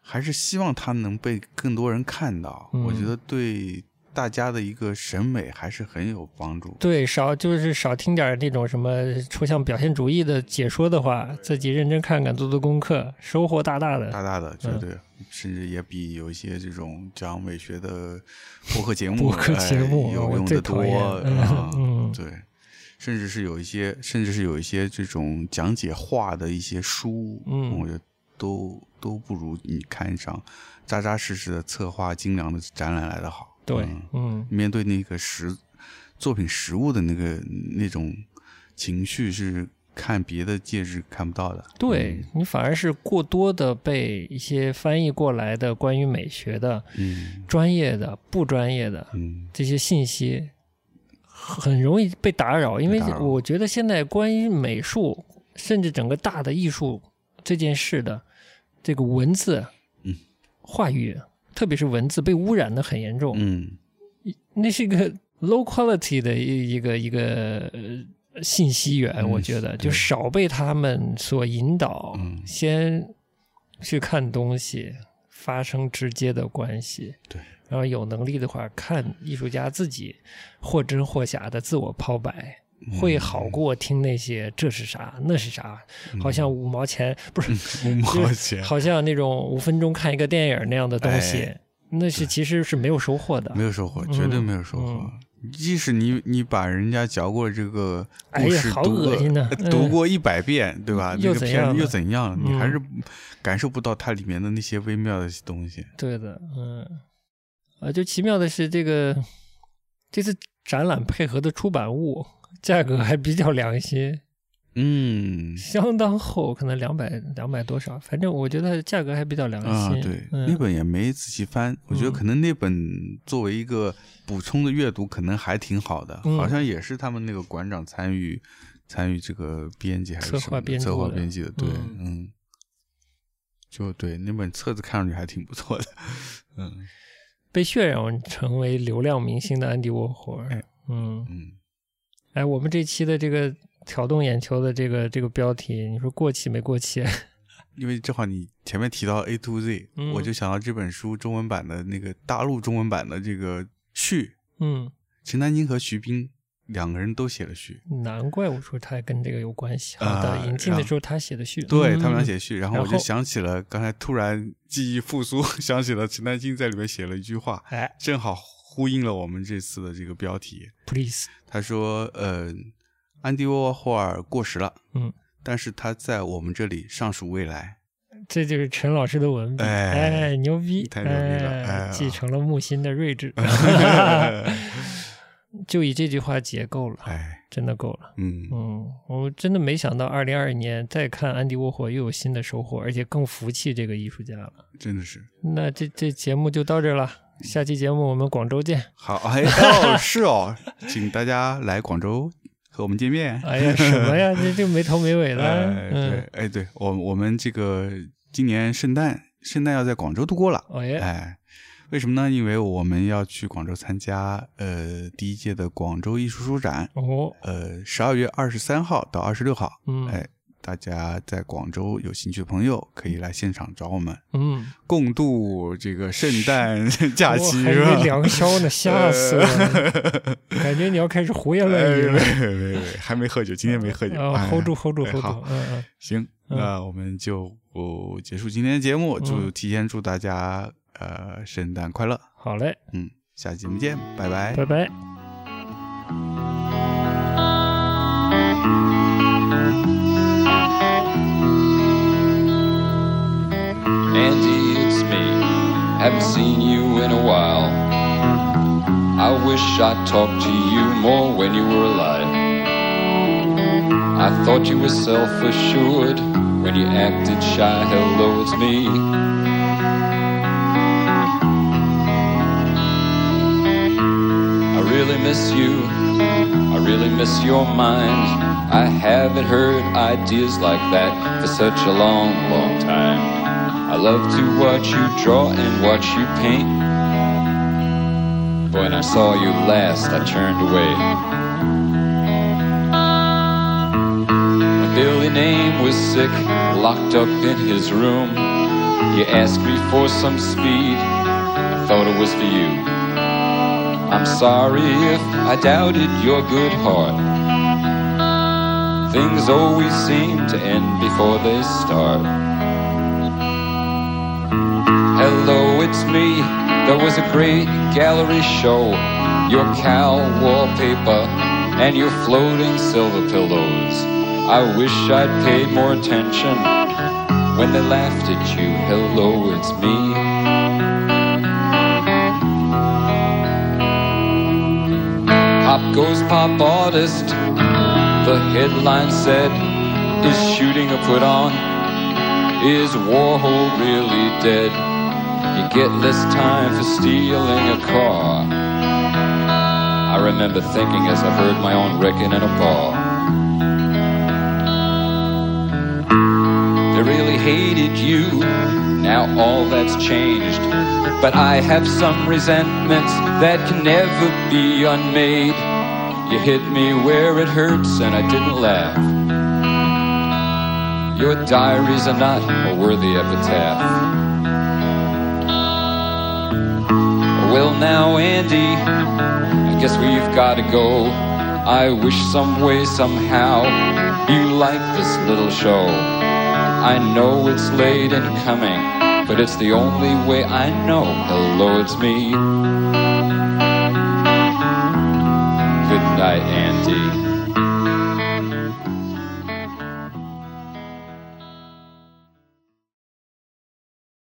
Speaker 1: 还是希望它能被更多人看到。
Speaker 2: 嗯
Speaker 1: 我觉得对大家的一个审美还是很有帮助。
Speaker 2: 对，少就是少听点儿那种什么抽象表现主义的解说的话，自己认真看看，做做功课，收获大大的。
Speaker 1: 大大的，绝
Speaker 2: 嗯
Speaker 1: 对，甚至也比有一些这种讲美学的播客节目，
Speaker 2: 播客节目
Speaker 1: 哎、
Speaker 2: 啊
Speaker 1: 有
Speaker 2: 我
Speaker 1: 用
Speaker 2: 最
Speaker 1: 的多
Speaker 2: 讨厌，
Speaker 1: 啊
Speaker 2: 嗯
Speaker 1: 对，甚至是有一些，甚至是有一些这种讲解画的一些书，
Speaker 2: 嗯
Speaker 1: 我觉得都都不如你看一场扎扎实实的策划精良的展览来的好。
Speaker 2: 对
Speaker 1: 嗯，
Speaker 2: 嗯
Speaker 1: 面对那个实作品实物的那个那种情绪是看别的介质看不到的。
Speaker 2: 对你反而是过多的被一些翻译过来的关于美学的、
Speaker 1: 嗯，
Speaker 2: 专业的、不专业的
Speaker 1: 嗯嗯，
Speaker 2: 这些信息，很容易被打扰。因为
Speaker 1: 被打扰
Speaker 2: 我觉得现在关于美术，甚至整个大的艺术这件事的这个文字、
Speaker 1: 嗯、
Speaker 2: 话语，特别是文字被污染的很严重。
Speaker 1: 嗯，
Speaker 2: 那是一个 low quality 的一一个一个呃信息源，
Speaker 1: 嗯
Speaker 2: 我觉得
Speaker 1: 对
Speaker 2: 就少被他们所引导，
Speaker 1: 嗯
Speaker 2: 先去看东西，发生直接的关系。
Speaker 1: 对，
Speaker 2: 然后有能力的话，看艺术家自己或真或假的自我抛白。
Speaker 1: 嗯
Speaker 2: 会好过听那些这是啥那是啥，
Speaker 1: 嗯
Speaker 2: 好像五毛钱不是
Speaker 1: 五毛钱
Speaker 2: 好像那种五分钟看一个电影那样的东西，
Speaker 1: 哎
Speaker 2: 那是其实是没有收获的
Speaker 1: 没。有收获，
Speaker 2: 嗯
Speaker 1: 绝对没有收获。即使你你把人家嚼过这个
Speaker 2: 哎
Speaker 1: 故
Speaker 2: 呀
Speaker 1: 事
Speaker 2: 好
Speaker 1: 读过
Speaker 2: 恶心呐嗯
Speaker 1: 读过一百遍，对吧？那
Speaker 2: 又
Speaker 1: 个
Speaker 2: 怎
Speaker 1: 片
Speaker 2: 样
Speaker 1: 子
Speaker 2: 呢
Speaker 1: 又怎样？你
Speaker 2: 嗯
Speaker 1: 还是感受不到它里面的那些微妙的东西。
Speaker 2: 对的，嗯，啊，就奇妙的是，这个这次展览配合的出版物价格还比较良心，
Speaker 1: 嗯
Speaker 2: 相当厚，可能两百两百多少，反正我觉得价格还比较良
Speaker 1: 啊
Speaker 2: 心。，
Speaker 1: 对，那
Speaker 2: 嗯，
Speaker 1: 本也没仔细翻，我觉得
Speaker 2: 嗯
Speaker 1: 可能那本作为一个补充的阅读，可能还挺好的，
Speaker 2: 嗯
Speaker 1: 好像也是他们那个馆长参与参与这个编辑还是
Speaker 2: 策
Speaker 1: 什
Speaker 2: 划
Speaker 1: 么的
Speaker 2: 编
Speaker 1: 策
Speaker 2: 著
Speaker 1: 划
Speaker 2: 的
Speaker 1: 编辑的，对，
Speaker 2: 嗯
Speaker 1: 嗯，就对那本册子看上去还挺不错的，嗯。
Speaker 2: 被渲染成为流量明星的安迪沃霍尔。
Speaker 1: 哎
Speaker 2: 嗯，
Speaker 1: 嗯
Speaker 2: 哎，我们这期的这个挑动眼球的这个这个标题，你说过气没过气？，
Speaker 1: 因为正好你前面提到 A to Z，、
Speaker 2: 嗯
Speaker 1: 我就想到这本书中文版的那个大陆中文版的这个序，
Speaker 2: 嗯，
Speaker 1: 陈丹青和徐冰两个人都写了序，
Speaker 2: 难怪我说它跟这个有关系。好的，
Speaker 1: 啊
Speaker 2: 引进的
Speaker 1: 然
Speaker 2: 时候他写的序，
Speaker 1: 对、
Speaker 2: 嗯
Speaker 1: 他们俩写序，然后
Speaker 2: 然
Speaker 1: 我就
Speaker 2: 后
Speaker 1: 想起了刚才突然记忆复苏， 想起了陈丹青在里面写了一句话，
Speaker 2: 哎
Speaker 1: 正好呼应了我们这次的这个标题。
Speaker 2: ，please，
Speaker 1: 他说：“呃，安迪沃霍尔过时了，
Speaker 2: 嗯，
Speaker 1: 但是他在我们这里尚属未来。”
Speaker 2: 这就是陈老师的文笔，
Speaker 1: 哎
Speaker 2: 哎，牛逼，
Speaker 1: 太牛逼了哎呀
Speaker 2: 继承了木心的 睿智， 就以这句话结够了，
Speaker 1: 哎，
Speaker 2: 真的够了。
Speaker 1: 嗯
Speaker 2: 嗯，我真的没想到，二零二年再看安迪沃霍又有新的收获，而且更服气这个艺术家了。
Speaker 1: 真的是。
Speaker 2: 那这这节目就到这儿了，下期节目我们广州见。
Speaker 1: 好， 哎哦，是哦，请大家来广州和我们见面。
Speaker 2: 哎呀，什么呀，这就没头没尾 的。
Speaker 1: 哎，对
Speaker 2: 嗯，，
Speaker 1: 哎，对我我们这个今年圣诞，圣诞要在广州度过了。
Speaker 2: 哦耶，
Speaker 1: 哎，为什么呢？因为我们要去广州参加呃第一届的广州艺术书展，
Speaker 2: 哦，
Speaker 1: 呃，十二月二十三号到二十六号，
Speaker 2: 嗯，
Speaker 1: 哎，大家在广州有兴趣的朋友可以来现场找我们，
Speaker 2: 嗯，
Speaker 1: 共度这个圣诞 假期，
Speaker 2: 我还以
Speaker 1: 是吧
Speaker 2: 为？ 良宵呢，吓死我了，感觉你要开始胡言乱
Speaker 1: 哎，
Speaker 2: 语了
Speaker 1: 没。没没没，还没喝酒，今天没喝酒。
Speaker 2: 啊
Speaker 1: 哎
Speaker 2: hold 住，hold 住
Speaker 1: 哎
Speaker 2: ，hold 住
Speaker 1: 好，
Speaker 2: 嗯
Speaker 1: 行，
Speaker 2: 嗯
Speaker 1: 那我们就哦结束今天的节目，就
Speaker 2: 嗯
Speaker 1: 提前祝大家呃圣诞快乐。
Speaker 2: 嗯，好嘞，
Speaker 1: 嗯，下期节目见，拜拜。
Speaker 2: 拜拜。
Speaker 3: Andy, it's me. Haven't seen you in a while. I wish I talked to you more when you were alive. I thought you were self assured when you acted shy. Hello, it's me. I really miss you. I really miss your mind. I haven't heard ideas like that for such a long, long time. I love to watch you draw and watch you paint. When I saw you last, I turned away. When Billy Name was sick, locked up in his room, you asked me for some speed. I thought it was for you. I'm sorry if I doubted your good heart. Things always seem to end before they start. Hello, it's me. There was a great gallery show. Your cow wallpaper and your floating silver pillows. I wish I'd paid more attention when they laughed at you. Hello, it's me. Hop pop goes pop artist. The headline said, Is shooting a put on? Is Warhol really dead? You get less time for stealing a car. I remember thinking as I heard my own reckon in a bar. They really hated you. Now all that's changed. But I have some resentments that can never be unmade. You hit me where it hurts, and I didn't laugh. Your diaries are not a worthy epitaph. Well, now, Andy, I guess we've gotta go. I wish some way, somehow, you like this little show. I know it's late and coming, but it's the only way I know. Hello, it's me. Good night, Andy.